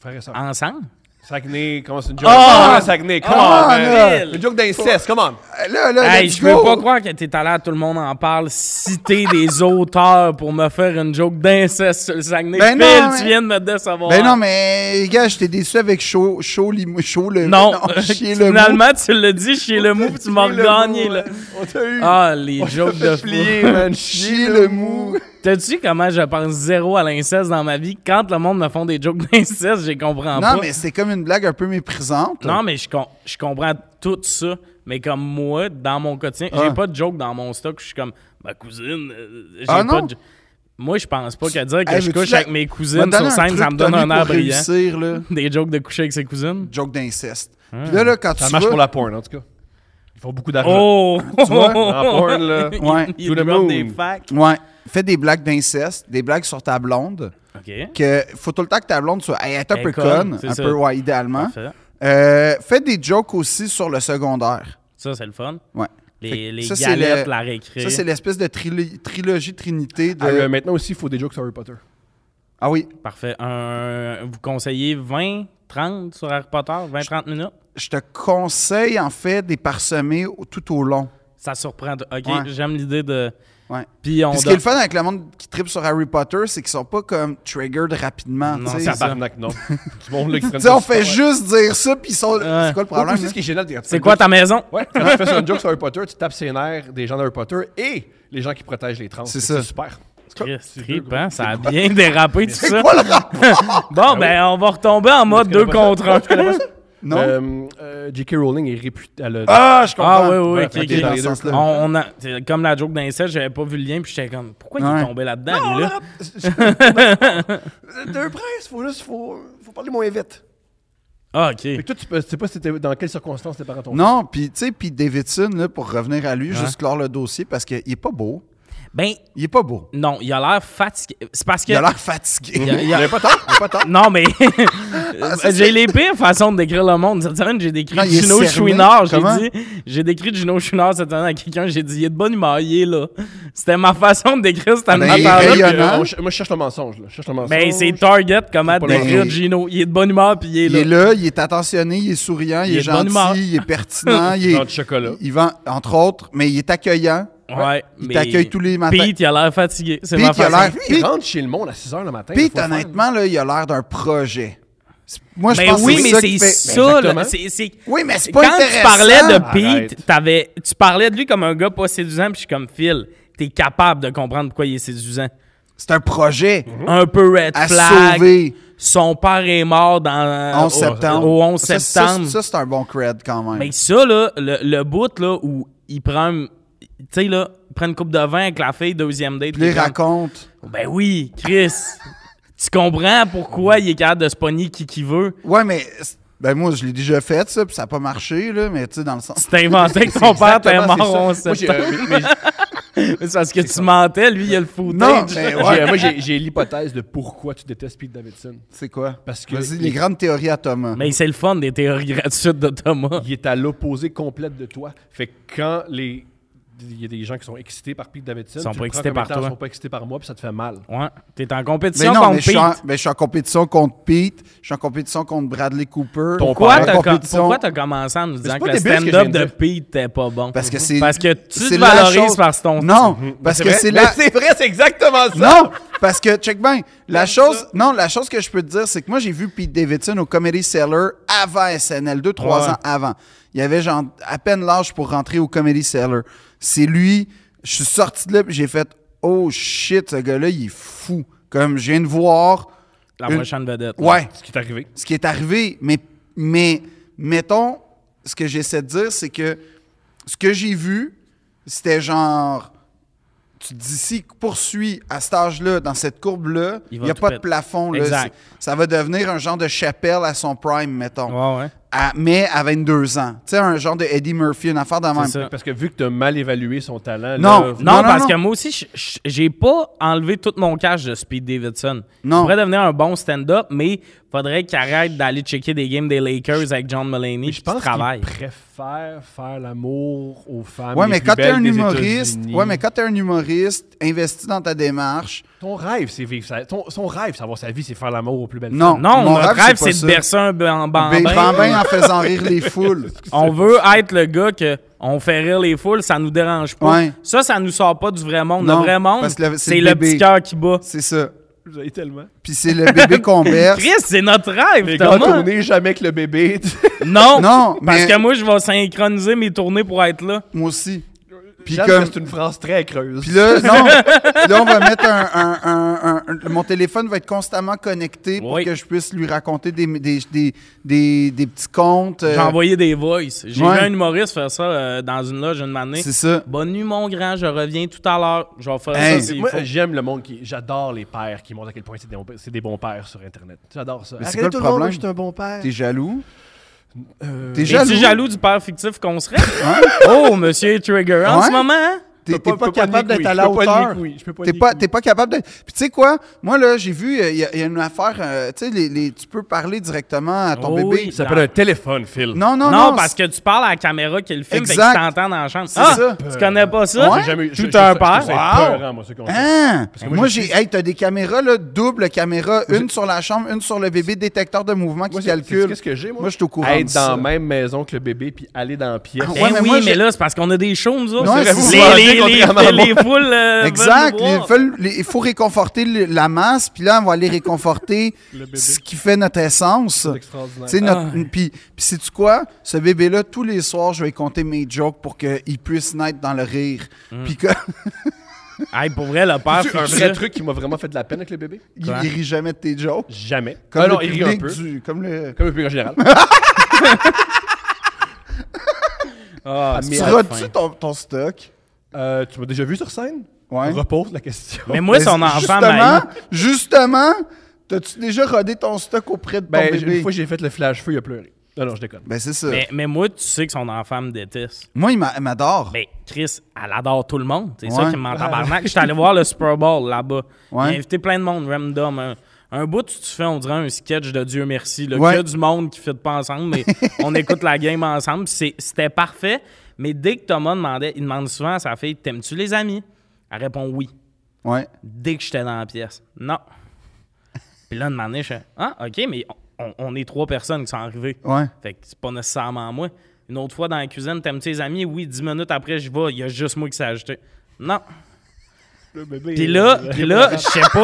S1: Frère et sœur.
S3: ensemble.
S1: Saguenay, comment c'est une joke?
S3: Ah!
S1: Ah, Saguenay, come
S3: Ah,
S1: on! man.
S3: Phil!
S1: Une joke d'inceste, come on!
S2: Euh, Là, là,
S3: Hey,
S2: let's
S3: je peux
S2: go!
S3: pas croire que t'es allé à tout le monde en parle citer
S2: [LAUGHS]
S3: des auteurs pour me faire une joke d'inceste sur le Saguenay.
S2: Ben
S3: Phil,
S2: non,
S3: tu
S2: mais-
S3: viens de me décevoir.
S2: Ben non, mais gars, j'étais déçu avec chaud, chaud, limou, chaud le.
S3: Non, [LAUGHS]
S2: chier le mou.
S3: finalement, tu l'as dit chez le mou, puis tu m'as
S1: Chier le
S3: regagné,
S1: mou,
S3: là.
S1: man. On t'a eu.
S3: Ah, les jokes de fou.
S1: plié, man.
S2: [LAUGHS] Chier le mou.
S3: T'as-tu vu comment je pense zéro à l'inceste dans ma vie? Quand le monde me font des jokes [LAUGHS] d'inceste, je comprends pas.
S2: Non, mais c'est comme une blague un peu méprisante.
S3: Non, mais je, com- je comprends tout ça. Mais comme moi, dans mon quotidien, j'ai
S2: Ah.
S3: pas de joke dans mon stock. où Je suis comme, ma cousine, euh, j'ai
S2: Ah,
S3: pas
S2: non?
S3: de... Moi, je pense pas que dire que
S2: Hey,
S3: je
S2: veux-tu
S3: couche
S2: la-
S3: avec mes
S2: Va te
S3: cousines
S2: donner
S3: sur scène, ça
S2: truc,
S3: me donne
S2: Tommy,
S3: un air
S2: pour
S3: brillant.
S2: réussir, là.
S3: [LAUGHS] Des jokes de coucher avec ses cousines?
S2: Joke d'inceste.
S3: Hmm.
S2: Puis là, là, quand
S1: Ça
S2: tu
S1: marche
S2: vas-
S1: pour la porn, en tout cas. Ils font beaucoup d'argent.
S3: Oh!
S2: vois,
S3: [LAUGHS]
S1: En porn, là. Euh,
S3: Il-
S2: Ouais.
S3: il
S1: To the
S3: drop
S1: moon.
S3: des facts.
S2: Ouais. Fais des blagues d'inceste, des blagues sur ta blonde.
S3: OK.
S2: Que faut tout le temps que ta blonde soit. Hey, elle est un
S3: Elle
S2: peu
S3: est conne,
S2: conne.
S3: c'est
S2: Un
S3: ça.
S2: peu, ouais, idéalement.
S3: Parfait.
S2: Euh, fais des jokes aussi sur le secondaire.
S3: Ça, c'est le fun.
S2: Ouais.
S3: Les-
S2: Fait que
S3: les
S2: ça, c'est
S3: galettes,
S2: le-
S3: la récré.
S2: Ça, c'est l'espèce de trilo- trilogie trinité de.
S1: Ah, euh, maintenant aussi, il faut des jokes sur Harry Potter.
S2: Ah oui,
S3: Parfait. Un- vous conseillez 20, 30 sur Harry Potter? 20, 30 minutes?
S2: je te conseille en fait des parsemés au- tout au long.
S3: Ça surprend. t- OK,
S2: Ouais.
S3: j'aime l'idée de.
S2: Ouais.
S3: Puis on
S2: Puis ce qui est le fun avec le monde qui tripe sur Harry Potter, c'est qu'ils sont pas comme triggered rapidement.
S3: Non,
S2: tu sais.
S3: ça va.
S1: Ah, Tabarnak, [LAUGHS] non. Tout le monde là qui se traîne
S2: Tu sais, on
S1: sur-
S2: fait juste dire ça, puis ils sont.
S3: Ouais.
S2: C'est quoi le
S1: Pourquoi
S2: problème?
S1: aussi,
S2: là?
S1: ce qui est génial, c'est que tu fais
S3: C'est quoi
S1: une joke-
S3: ta maison?
S1: Ouais, quand tu fais sur une joke sur Harry Potter, tu tapes ses nerfs des gens d'Harry Potter et les gens qui protègent les trans.
S2: C'est
S1: Fait
S2: ça.
S1: que C'est super.
S3: Chris, trip, hein? Ça a
S2: [LAUGHS]
S3: bien dérapé, tout ça.
S2: Quoi le rapport?
S3: [LAUGHS]
S2: Ah
S3: Bon, ben, on va retomber en mode
S1: connais
S3: 2
S1: pas ça?
S3: contre 1.
S2: Non?
S1: Euh, euh, J.K. Rowling est réputée. Elle a-
S2: Ah, je comprends.
S3: Ah, oui, oui,
S1: Ouais,
S3: ok,
S1: ok,
S3: ok.
S1: dans les
S2: deux
S3: On-
S2: sens-là.
S3: on a- c'est Comme la joke d'inceste, j'avais pas vu le lien, puis j'étais comme, pourquoi il
S2: Ouais.
S3: est tombé là-dedans, lui, là?
S1: Deux princes, faut juste faut, faut parler moins vite.
S3: Ah, ok.
S1: Fait que toi, tu peux- tu sais pas si t'étais- dans quelles circonstances tes parents t'ont
S2: Non, puis tu sais, puis Davidson, là, pour revenir à lui, juste clore le dossier, parce qu'il est pas beau.
S3: Ben,
S2: Il est pas beau.
S3: non, il a l'air fatigué. C'est parce que.
S2: Il a l'air fatigué.
S3: Il a- il a-
S2: pas tort. Il a pas tort.
S3: [LAUGHS]
S2: [LAUGHS]
S3: Non, mais
S2: Ah, ça,
S3: j'ai les pires façons de décrire le monde. Cette semaine, j'ai décrit
S2: Non, il est
S3: Gino
S2: cerné.
S3: Chouinard. J'ai
S2: Comment?
S3: dit, j'ai décrit Gino Chouinard cette semaine à quelqu'un. J'ai dit, il est de bonne humeur, il est là. C'était ma façon de décrire cet
S2: Ah, ben, il est
S3: animateur-là.
S2: rayonnant.
S1: Puis, euh, on ch- moi, je cherche le mensonge. Là. Je cherche le mensonge.
S2: oh,
S3: Ben, c'est Target comment
S1: pas
S3: décrire
S2: le-
S3: Gino. Il est de bonne humeur, puis il est
S2: Il
S3: là.
S2: est là, il est attentionné, il est souriant, il,
S3: Il
S2: est
S3: est de bonne humeur.
S2: gentil, il est
S3: [LAUGHS]
S2: pertinent, il
S1: Il
S2: est.
S1: vend du chocolat.
S2: Il vend, entre autres, mais il est accueillant.
S3: Ouais,
S2: Il
S3: mais-
S2: t'accueille tous les matins.
S3: Pete, il a l'air fatigué. C'est
S2: Pete,
S3: ma
S2: il a
S3: façon.
S2: l'air.
S1: Il
S2: Pete-
S1: rentre chez le monde à 6 h le matin.
S2: Pete,
S1: faut le faire.
S2: honnêtement, là, il a l'air d'un projet. C'est- Moi, je
S3: Ben
S2: pense
S3: oui,
S2: que c'est
S3: mais
S2: ça qui
S3: c'est
S2: fait-
S3: ça,
S1: Ben,
S3: là.
S1: exactement.
S3: C'est- c'est-
S2: Oui, mais c'est
S3: Quand
S2: pas intéressant.
S3: tu parlais de
S1: Arrête.
S3: Pete, t'avais- tu parlais de lui comme un gars pas séduisant, puis je suis comme Phil. T'es capable de comprendre pourquoi il est séduisant.
S2: C'est un projet
S1: Mmh.
S3: un peu red
S2: à
S3: flag.
S2: sauver
S3: Son père est mort dans
S2: 11
S3: au-
S2: septembre.
S3: Au 11
S2: Ça, ça,
S3: septembre.
S2: Ça, c'est un bon cred quand même.
S3: Mais ça là, le, le bout là où il prend une- tu sais là, il prend une coupe de vin avec la fille deuxième date.
S2: Je les
S3: t'es comme,
S2: raconte.
S3: Ben oui, Chris. tu comprends pourquoi il est capable de se pogner qui qui veut.
S2: Ouais, mais c'est- ben moi, je l'ai déjà fait, ça, puis ça n'a pas marché, là, mais tu sais, dans le
S3: [LAUGHS]
S2: sens.
S3: T'as inventé que ton père était
S1: Exactement,
S3: mort au 11
S1: c'est ça. Moi, j'ai,
S3: septembre.
S1: euh, mais- mais
S2: [LAUGHS]
S3: C'est parce que tu mentais, lui il a le foutage.
S2: Non, mais
S1: j'ai-
S2: ouais.
S1: Moi, j'ai, j'ai l'hypothèse de pourquoi tu détestes Pete Davidson.
S2: C'est quoi?
S1: Parce que-
S2: Vas-y, les grandes théories à Thomas.
S3: Mais c'est le fun des théories gratuites de Thomas.
S1: Il est à l'opposé complète de toi. Fait que quand les. Il y a des gens qui sont excités par Pete Davidson.
S3: Ils sont
S1: tu
S3: pas
S1: le prends
S3: excités
S1: comme
S3: par
S1: étant,
S3: toi.
S1: Ils sont pas excités par moi, puis ça te fait mal.
S3: Ouais, t'es en
S2: Mais
S3: compétition
S2: Ben non, mais
S3: contre
S2: je, suis en,
S3: Pete.
S2: mais je suis en compétition contre Pete. Je suis en compétition contre Bradley Cooper.
S1: Ton
S3: Pourquoi
S1: père.
S2: En
S3: t'as, com-
S2: compétition-
S3: pourquoi t'as commencé en nous disant
S1: c'est
S3: que
S1: pas
S3: le
S1: débile ce que
S3: stand-up
S1: je viens
S3: de
S1: de
S3: Pete était pas bon? Mhm.
S2: Parce que c'est.
S3: Parce que tu
S2: c'est
S3: te
S2: la
S3: valorises
S2: chose-
S3: par Mhm. ton...
S2: Non, parce que
S1: vrai?
S2: c'est
S1: Mais
S2: la.
S1: c'est vrai, c'est exactement ça.
S2: Non, parce que check bien. La chose, non, la chose que je peux te dire, c'est que moi j'ai vu Pete Davidson au Comedy Cellar avant SNL, deux trois
S3: Ouais.
S2: ans avant. Il avait genre à peine l'âge pour rentrer au Comedy Cellar. C'est lui. Je suis sorti de là, puis j'ai fait oh shit, ce gars-là, il est fou. Comme je viens de voir.
S3: La
S2: Une-
S3: prochaine vedette. là.
S2: Ouais,
S1: Ce qui est arrivé.
S2: ce qui est arrivé. Mais, mais mettons, ce que j'essaie de dire, c'est que ce que j'ai vu, c'était genre. Tu te dis, si poursuit à cet âge-là, dans cette courbe-là,
S3: Il
S2: il
S3: va
S2: n'y a
S3: tout
S2: pas de
S3: péter.
S2: plafond. Là,
S3: Exact.
S2: C'est- Ça va devenir un genre de chapelle à son prime, mettons.
S3: Ouais, ouais.
S2: À- mais à 22 ans. Tu sais, un genre de Eddie Murphy, une affaire de même.
S3: ça.
S1: Parce que vu que tu as mal évalué son talent.
S2: Non.
S1: là,
S3: Non,
S2: non,
S3: parce
S2: non.
S3: que moi aussi, je- je- j'ai pas enlevé tout mon cash de Speed Davidson.
S2: Non.
S3: Il pourrait devenir un bon stand-up, mais faudrait qu'il arrête d'aller checker des games des Lakers avec John Mulaney
S1: je
S3: qui
S1: pense qu'il
S3: travaille.
S1: préfère faire l'amour aux femmes.
S2: Ouais,
S1: les
S2: mais
S1: plus
S2: quand t'es
S1: belles
S2: un
S1: des
S2: humoriste,
S1: États-Unis.
S2: ouais, mais quand t'es un humoriste, investi dans ta démarche,
S1: Ton rêve, c'est vivre sa... Ton, son rêve, savoir sa vie, c'est faire l'amour aux plus belles
S2: non.
S3: Non,
S2: mon
S3: notre rêve,
S2: pas
S3: c'est de
S2: ça.
S3: bercer un ban- bambin.
S2: Ben, bambin en faisant rire les foules.
S3: [LAUGHS] On veut être le gars que on fait rire les foules, ça nous dérange pas.
S2: Ouais.
S3: Ça, ça nous sort pas du vrai monde.
S2: Non,
S3: le vrai monde,
S2: parce que le- c'est
S3: c'est
S2: le
S3: le
S2: bébé.
S3: petit cœur qui bat.
S2: C'est ça.
S1: femmes. Vous avez tellement.
S2: Puis c'est le
S3: [LAUGHS]
S2: bébé qu'on berce.
S3: Chris, c'est notre rêve,
S1: Mais quand
S3: Thomas.
S1: on est jamais avec le bébé, [LAUGHS]
S3: Non,
S2: Non,
S3: parce
S2: mais-
S3: que moi, je vais synchroniser mes tournées pour être là.
S2: Moi aussi. Puis
S1: puis
S2: comme-
S1: c'est une phrase très creuse.
S2: Puis
S1: [LAUGHS]
S2: là, non. Puis là, on va mettre un, un- un- un- un- Mon téléphone va être constamment connecté pour
S3: Oui.
S2: que je puisse lui raconter des, des, des, des, des petits contes. euh,
S3: J'ai envoyé des voices. J'ai
S2: ouais.
S3: vu un humoriste faire ça euh, dans une loge une année.
S2: C'est ça.
S3: Bonne nuit, mon grand, je reviens tout à l'heure. Je vais faire
S2: Hey.
S3: ça. s'il
S1: Moi,
S3: faut.
S1: j'aime le monde qui. J'adore les pères qui montrent à quel point c'est des, bons- c'est des bons pères sur Internet. J'adore ça.
S2: Mais c'est
S1: Regardez
S2: quoi le
S1: tout monde,
S2: problème?
S1: je suis un bon père.
S2: T'es jaloux?
S1: Euh,
S2: T'es
S3: Es-tu
S2: jaloux? [LAUGHS]
S3: jaloux du père fictif qu'on serait? Oh, monsieur Trigger, en
S2: Ouais.
S3: ce moment, hein?
S2: T'es
S1: peux
S2: t'es
S1: je
S2: pas
S1: peux
S2: capable
S1: nier que
S2: d'être à
S1: oui,
S2: la
S1: je peux pas nier
S2: hauteur.
S1: que oui, je peux pas
S2: T'es
S1: nier
S2: pas,
S1: que
S2: t'es pas capable d'être. Puis tu sais quoi? Moi, là, j'ai vu, il y, a- y a une affaire. euh, tu sais, les, les- tu peux parler directement à ton
S3: Oh
S2: bébé.
S3: oui.
S1: Ça s'appelle un téléphone, Phil.
S2: Non, non,
S3: Non,
S2: non.
S3: parce que tu parles à la caméra qui le filme, fait que
S2: Exact.
S3: tu t'entends dans la chambre.
S2: C'est
S3: Ah,
S2: ça.
S3: tu connais pas ça?
S2: Ouais.
S1: J'ai jamais eu- je-
S3: Tout
S1: je-
S3: un
S1: je- je-
S3: père.
S1: C'est
S2: Wow.
S1: peurant, moi, ce qu'on fait.
S2: Hein?
S1: que moi,
S2: moi,
S1: j'ai-
S2: j'ai. Hey, t'as des caméras, là, double caméra, une sur la chambre, une sur le bébé, détecteur de mouvement qui
S1: Moi, c'est-
S2: calcule.
S1: sais-tu Qu'est-ce que j'ai, moi?
S2: Moi, je suis au courant de
S1: Être dans
S2: ça.
S1: la même maison que le bébé puis aller dans la pièce.
S2: Ah
S3: Ben
S2: Ouais, mais
S3: oui,
S2: moi,
S3: mais
S2: j'ai-
S3: là, c'est parce qu'on a des shows, nous autres.
S2: Ouais,
S3: les,
S2: c'est
S1: ça.
S3: les, les,
S1: Contrairement à moi.
S3: les foules, euh,
S2: Exact.
S3: veulent nous
S2: Il
S3: voir.
S2: faut, le- il faut réconforter le- la masse, puis là, on va aller
S1: [LAUGHS]
S2: réconforter
S1: bébé.
S2: ce qui fait notre essence.
S1: extraordinaire. Ah.
S2: Tu sais, notre- Puis, puis sais-tu quoi? Ce bébé-là, tous les soirs, je vais lui compter mes jokes pour qu'il puisse naître dans le rire.
S1: Hum.
S2: Puis que- [LAUGHS]
S3: Hey, pour vrai, le père,
S1: C'est un
S3: Fuchsia-
S1: vrai truc qui m'a vraiment fait de la peine avec le bébé?
S2: il, il rit jamais de tes jokes.
S1: Jamais.
S2: Comme
S1: Ah
S2: le
S1: non, il rit un
S2: public
S1: peu.
S2: du- Comme le...
S1: Comme le public en général.
S3: Ah,
S1: mais
S3: c'est
S2: Tu
S1: à
S3: pas
S1: la
S2: rotes-tu
S3: fin.
S2: ton, ton stock?
S1: Euh, tu m'as déjà vu sur scène?
S2: Ouais.
S1: Repose la question.
S3: Mais moi,
S2: Mais
S3: son enfant,
S2: Justement,
S3: m'a
S2: justement, t'as-tu déjà rodé ton stock auprès de ton
S1: ben, j'ai-
S2: bébé?
S1: une fois, j'ai fait le flash feu, il a pleuré. Non, non, je déconne.
S2: Ben, c'est ça.
S3: mais, mais moi, tu sais que son enfant me déteste.
S2: Moi, il m'a- il m'adore.
S3: Ben, Chris, elle adore tout le monde. C'est
S2: Ouais.
S3: ça qui m'en tabarnak. J'étais allé voir le Super Bowl là-bas.
S2: Ouais.
S3: J'ai invité plein de monde random. Un, un bout, tu te fais, on dirait un sketch de Dieu merci. Là,
S2: Ouais.
S3: Que du monde qui fit pas ensemble,
S2: [LAUGHS]
S3: mais on écoute la game ensemble. puis c'est- C'était parfait. Mais dès que Thomas demandait, il demande souvent à sa fille T'aimes-tu les amis Elle répond oui.
S2: Ouais.
S3: Dès que j'étais dans la pièce, non. Puis là, de moment donné, je fais Ah, OK, mais on, on est trois personnes qui sont arrivées.
S2: Ouais.
S3: Fait que c'est pas nécessairement moi. Une autre fois dans la cuisine, t'aimes-tu tes amis? Oui, dix minutes après, je vais. Il y a juste moi qui s'est ajouté. Non.
S1: Le bébé.
S3: Puis là, puis là, je sais
S2: [LAUGHS]
S3: pas.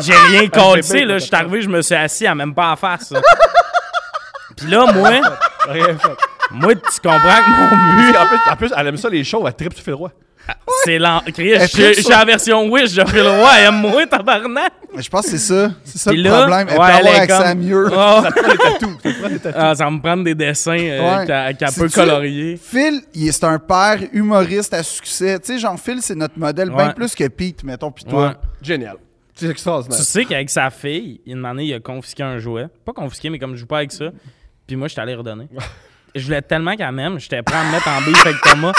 S3: J'ai rien cassé, là. Je suis arrivé, je me suis assis à même pas à faire ça. [LAUGHS] Puis là, moi,
S1: [LAUGHS] Rien fait.
S3: moi, tu comprends que mon
S2: [LAUGHS]
S3: but,
S1: Puis en, plus, en plus, elle aime ça, les shows, elle tripe sur Phil Roy.
S3: c'est l'en. Chris,
S2: Elle tripe
S3: je je suis en version Wish, je fais le roi, aime-moi, tabarnak.
S2: Mais Je pense que c'est ça. C'est ça
S3: Puis
S2: le
S3: là,
S2: problème. Elle
S3: ouais,
S2: peut
S3: elle
S2: avoir
S3: est
S2: accès à
S3: comme-
S2: mieux. [LAUGHS]
S3: Ah,
S1: Tatou, c'est pas des tatous.
S3: ah, ça me prend des dessins euh,
S2: Ouais.
S3: qu'elle qu'elle peut
S2: Sais-tu,
S3: colorier.
S2: Phil, il est- c'est un père humoriste à succès. Tu sais, jean Phil, c'est notre modèle, bien
S3: Ouais.
S2: plus que Pete, mettons, puis
S3: Ouais.
S2: toi.
S1: Génial. C'est extraordinaire.
S3: Tu sais qu'avec sa fille, une année, il a confisqué un jouet. Pas confisqué, mais comme je joue pas avec ça. Puis moi, je suis
S2: [LAUGHS]
S3: allé redonner. je voulais tellement quand même, j'étais prêt à me mettre en bille avec Thomas.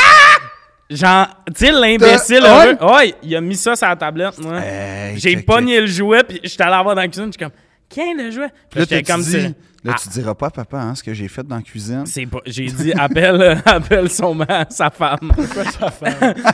S3: Genre, tu sais, l'imbécile,
S2: T'as-
S3: heureux. ouais, il a mis ça sur la tablette, moi.
S2: Hey,
S3: J'ai
S2: check,
S3: pogné le jouet, puis j'étais allé avoir dans la cuisine, je suis comme, qu'est-ce le jouet? Puis
S2: Là,
S3: j'étais
S2: tu
S3: comme
S2: dis,
S3: ça.
S2: là
S3: Ah.
S2: tu diras pas à papa hein, ce que j'ai fait dans la cuisine.
S3: C'est pas- J'ai dit, appelle, [LAUGHS] euh, appelle son ma-
S2: [LAUGHS]
S3: sa femme.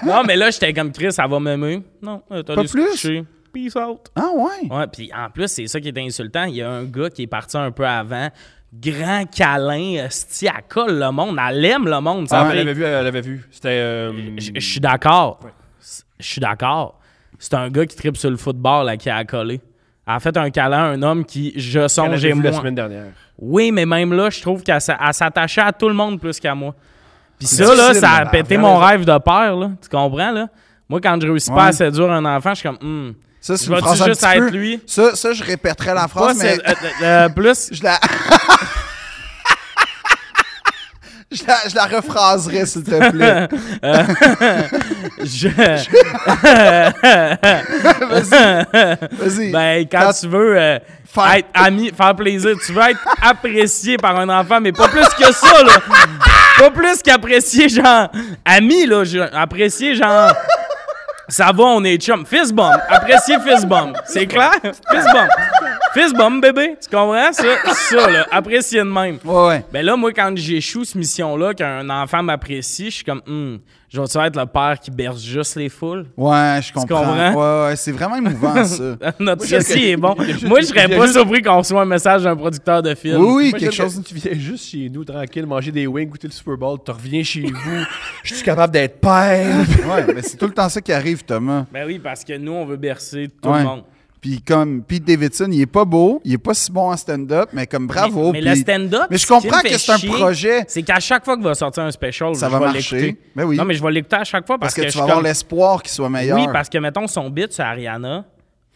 S3: non, mais là, j'étais comme Chris, ça va m'aimer. Non, euh, t'as
S2: Pas
S3: dû se
S2: plus?
S3: coucher. Peace out.
S2: Ah ouais?
S3: Ouais, puis en plus, c'est ça qui est insultant. Il y a un gars qui est parti un peu avant. Grand câlin, sti, elle colle le monde, elle aime le monde. ça
S1: Ah,
S3: fait-
S1: elle l'avait vu, elle l'avait vu. C'était. euh,
S3: Je je suis d'accord. Je suis d'accord. C'est un gars qui tripe sur le football là, qui a collé. Elle a fait un câlin à un homme qui, je
S1: elle
S3: songe,
S1: l'avait
S3: et
S1: vu la
S3: moi.
S1: semaine dernière.
S3: Oui, mais même là, je trouve qu'elle s'a- elle s'attachait à tout le monde plus qu'à moi. Puis
S2: C'est
S3: ça, là,
S2: difficile,
S3: ça a
S2: mais
S3: pété
S1: elle a
S3: mon
S1: raison.
S3: rêve de père, là. Tu comprends, là? Moi, quand je réussis
S2: Ouais.
S3: pas à séduire un enfant, je suis comme, hmm,
S2: Ça, c'est
S3: Je
S2: une
S3: vais-tu
S2: phrase un
S3: juste
S2: petit
S3: être
S2: peu-
S3: lui?
S2: Ça, ça, je répéterai la
S3: pas
S2: phrase, mais
S3: sé- euh, euh, euh, plus,
S2: je la... [LAUGHS] je la... Je la rephraserai, s'il te plaît.
S3: je.
S2: Vas-y.
S3: Ben, quand
S2: Quand-
S3: tu veux euh,
S2: Faire-
S3: être ami, faire plaisir, tu veux être [LAUGHS] apprécié par un enfant, mais pas plus que ça, là. pas plus qu'apprécié, genre, ami, là. je- apprécié, genre, ça va, on est chum. Fist bump. Apprécié fist bump. C'est clair? Fist bump. Fist bump, bébé. Tu comprends ça? Ça, là. Apprécié de même.
S2: Ouais, ouais.
S3: Ben là, moi, quand j'échoue cette mission-là, qu'un enfant m'apprécie, je suis comme, hmm, je vais-tu être le père qui berce juste les foules?
S2: Ouais, je comprends.
S3: comprends?
S2: Ouais, ouais, c'est vraiment
S3: [LAUGHS]
S2: émouvant, ça.
S3: Notre
S1: je-
S3: dossier
S2: [LAUGHS]
S3: est bon.
S1: il y a juste-
S3: Moi, je serais
S1: il y a
S3: pas
S1: juste-
S3: surpris qu'on reçoive un message d'un producteur de film.
S2: Oui, oui,
S1: Moi,
S2: quelque
S1: j'aime
S2: chose...
S1: que Tu viens juste chez nous, tranquille, manger des wings, goûter le Super Bowl, tu reviens chez vous. Je suis capable d'être père.
S2: [LAUGHS] Ouais, mais c'est tout le temps ça qui arrive, Thomas.
S3: Ben oui, parce que nous, on veut bercer tout
S2: Ouais.
S3: le monde.
S2: Puis comme Pete Davidson, il est pas beau, il est pas si bon en stand-up, mais comme bravo.
S3: mais
S2: puis-
S3: le stand-up,
S2: Mais je
S3: ce qui me
S2: comprends
S3: fait
S2: que c'est un
S3: chier,
S2: projet.
S3: C'est qu'à chaque fois que va sortir un special,
S2: Ça
S3: je
S2: va
S3: vais
S2: marcher.
S3: l'écouter.
S2: Ben oui.
S3: Non, mais je vais l'écouter à chaque fois
S2: Parce
S3: parce,
S2: que,
S3: je
S2: tu
S3: suis
S2: vas avoir
S3: comme-
S2: l'espoir qu'il soit meilleur.
S3: Oui, parce que mettons son bit sur Ariana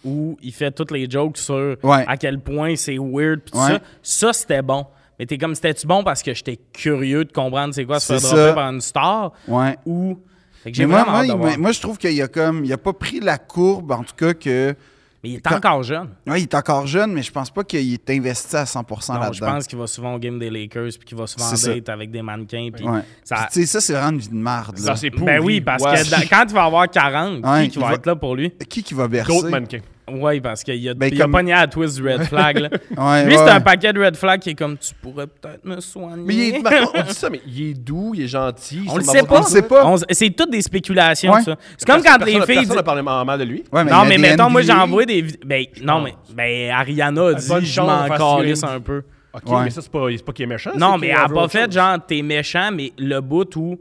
S3: où il fait toutes les jokes sur
S2: Ouais.
S3: à quel point c'est weird pis tout
S2: Ouais.
S3: ça, ça c'était bon. Mais t'es comme c'était-tu bon parce que j'étais curieux de comprendre c'est quoi se faire
S2: C'est
S3: dropper
S2: ça.
S3: par une star
S2: Ouais.
S3: ou. Fait que
S2: Mais
S3: j'ai
S2: moi,
S3: vraiment
S2: moi,
S3: hâte de
S2: il-
S3: voir.
S2: moi, je trouve qu'il a comme il a pas pris la courbe en tout cas que
S3: Mais il est
S2: Quand-
S3: encore jeune.
S2: Oui, il est encore jeune, mais je pense pas qu'il est investi à 100
S3: Non, je
S2: là-dedans.
S3: pense qu'il va souvent au game des Lakers puis qu'il va souvent en
S2: C'est ça.
S3: date avec des mannequins. Puis
S2: Ouais.
S3: ça-
S2: Puis, tu sais, ça, c'est vraiment une vie de marde. là.
S1: Ça, c'est pourri.
S3: ben oui, parce
S1: Ouais.
S3: que dans- quand il va avoir 40,
S2: Ouais,
S3: qui, qui va,
S2: il va-
S3: être là pour lui?
S2: [LAUGHS] Qui qui va bercer?
S1: D'autres mannequins.
S3: Oui, parce qu'il y a,
S2: Ben,
S3: il y a
S2: comme-
S3: pas nié à la twist du red flag. là.
S2: [LAUGHS] Ouais,
S3: lui,
S2: ouais,
S3: c'est un
S2: ouais.
S3: paquet de red flag qui est comme, tu pourrais peut-être me soigner.
S1: Mais il est- mais on dit ça, mais il est doux, il est gentil. il
S3: [LAUGHS] On le
S1: semble
S3: sait
S1: avoir
S3: pas.
S2: On le sait pas.
S3: On s- C'est toutes des spéculations,
S2: Ouais.
S3: ça. C'est comme quand
S1: Personne-
S3: les filles.
S1: Personne
S3: disent-
S1: n'a parlé en mal de lui.
S2: Ouais,
S3: non,
S2: il y a
S3: mais
S2: des
S3: mettons, moi, j'ai
S2: NBA.
S3: envoyé des. vid- Ben, non, mais. Ben, Ariana a
S1: Elle a pas
S3: dit,
S1: de
S3: je
S1: chance
S3: m'en
S1: parce qu'il y a
S3: calisse
S1: une-
S3: un peu.
S1: OK,
S2: Ouais.
S1: mais ça, c'est pas, c'est pas qu'il est méchant.
S3: Non,
S1: c'est
S3: mais
S1: qu'il
S3: elle a
S1: veut
S3: pas
S1: autre
S3: fait,
S1: chose.
S3: genre, t'es méchant, mais le bout où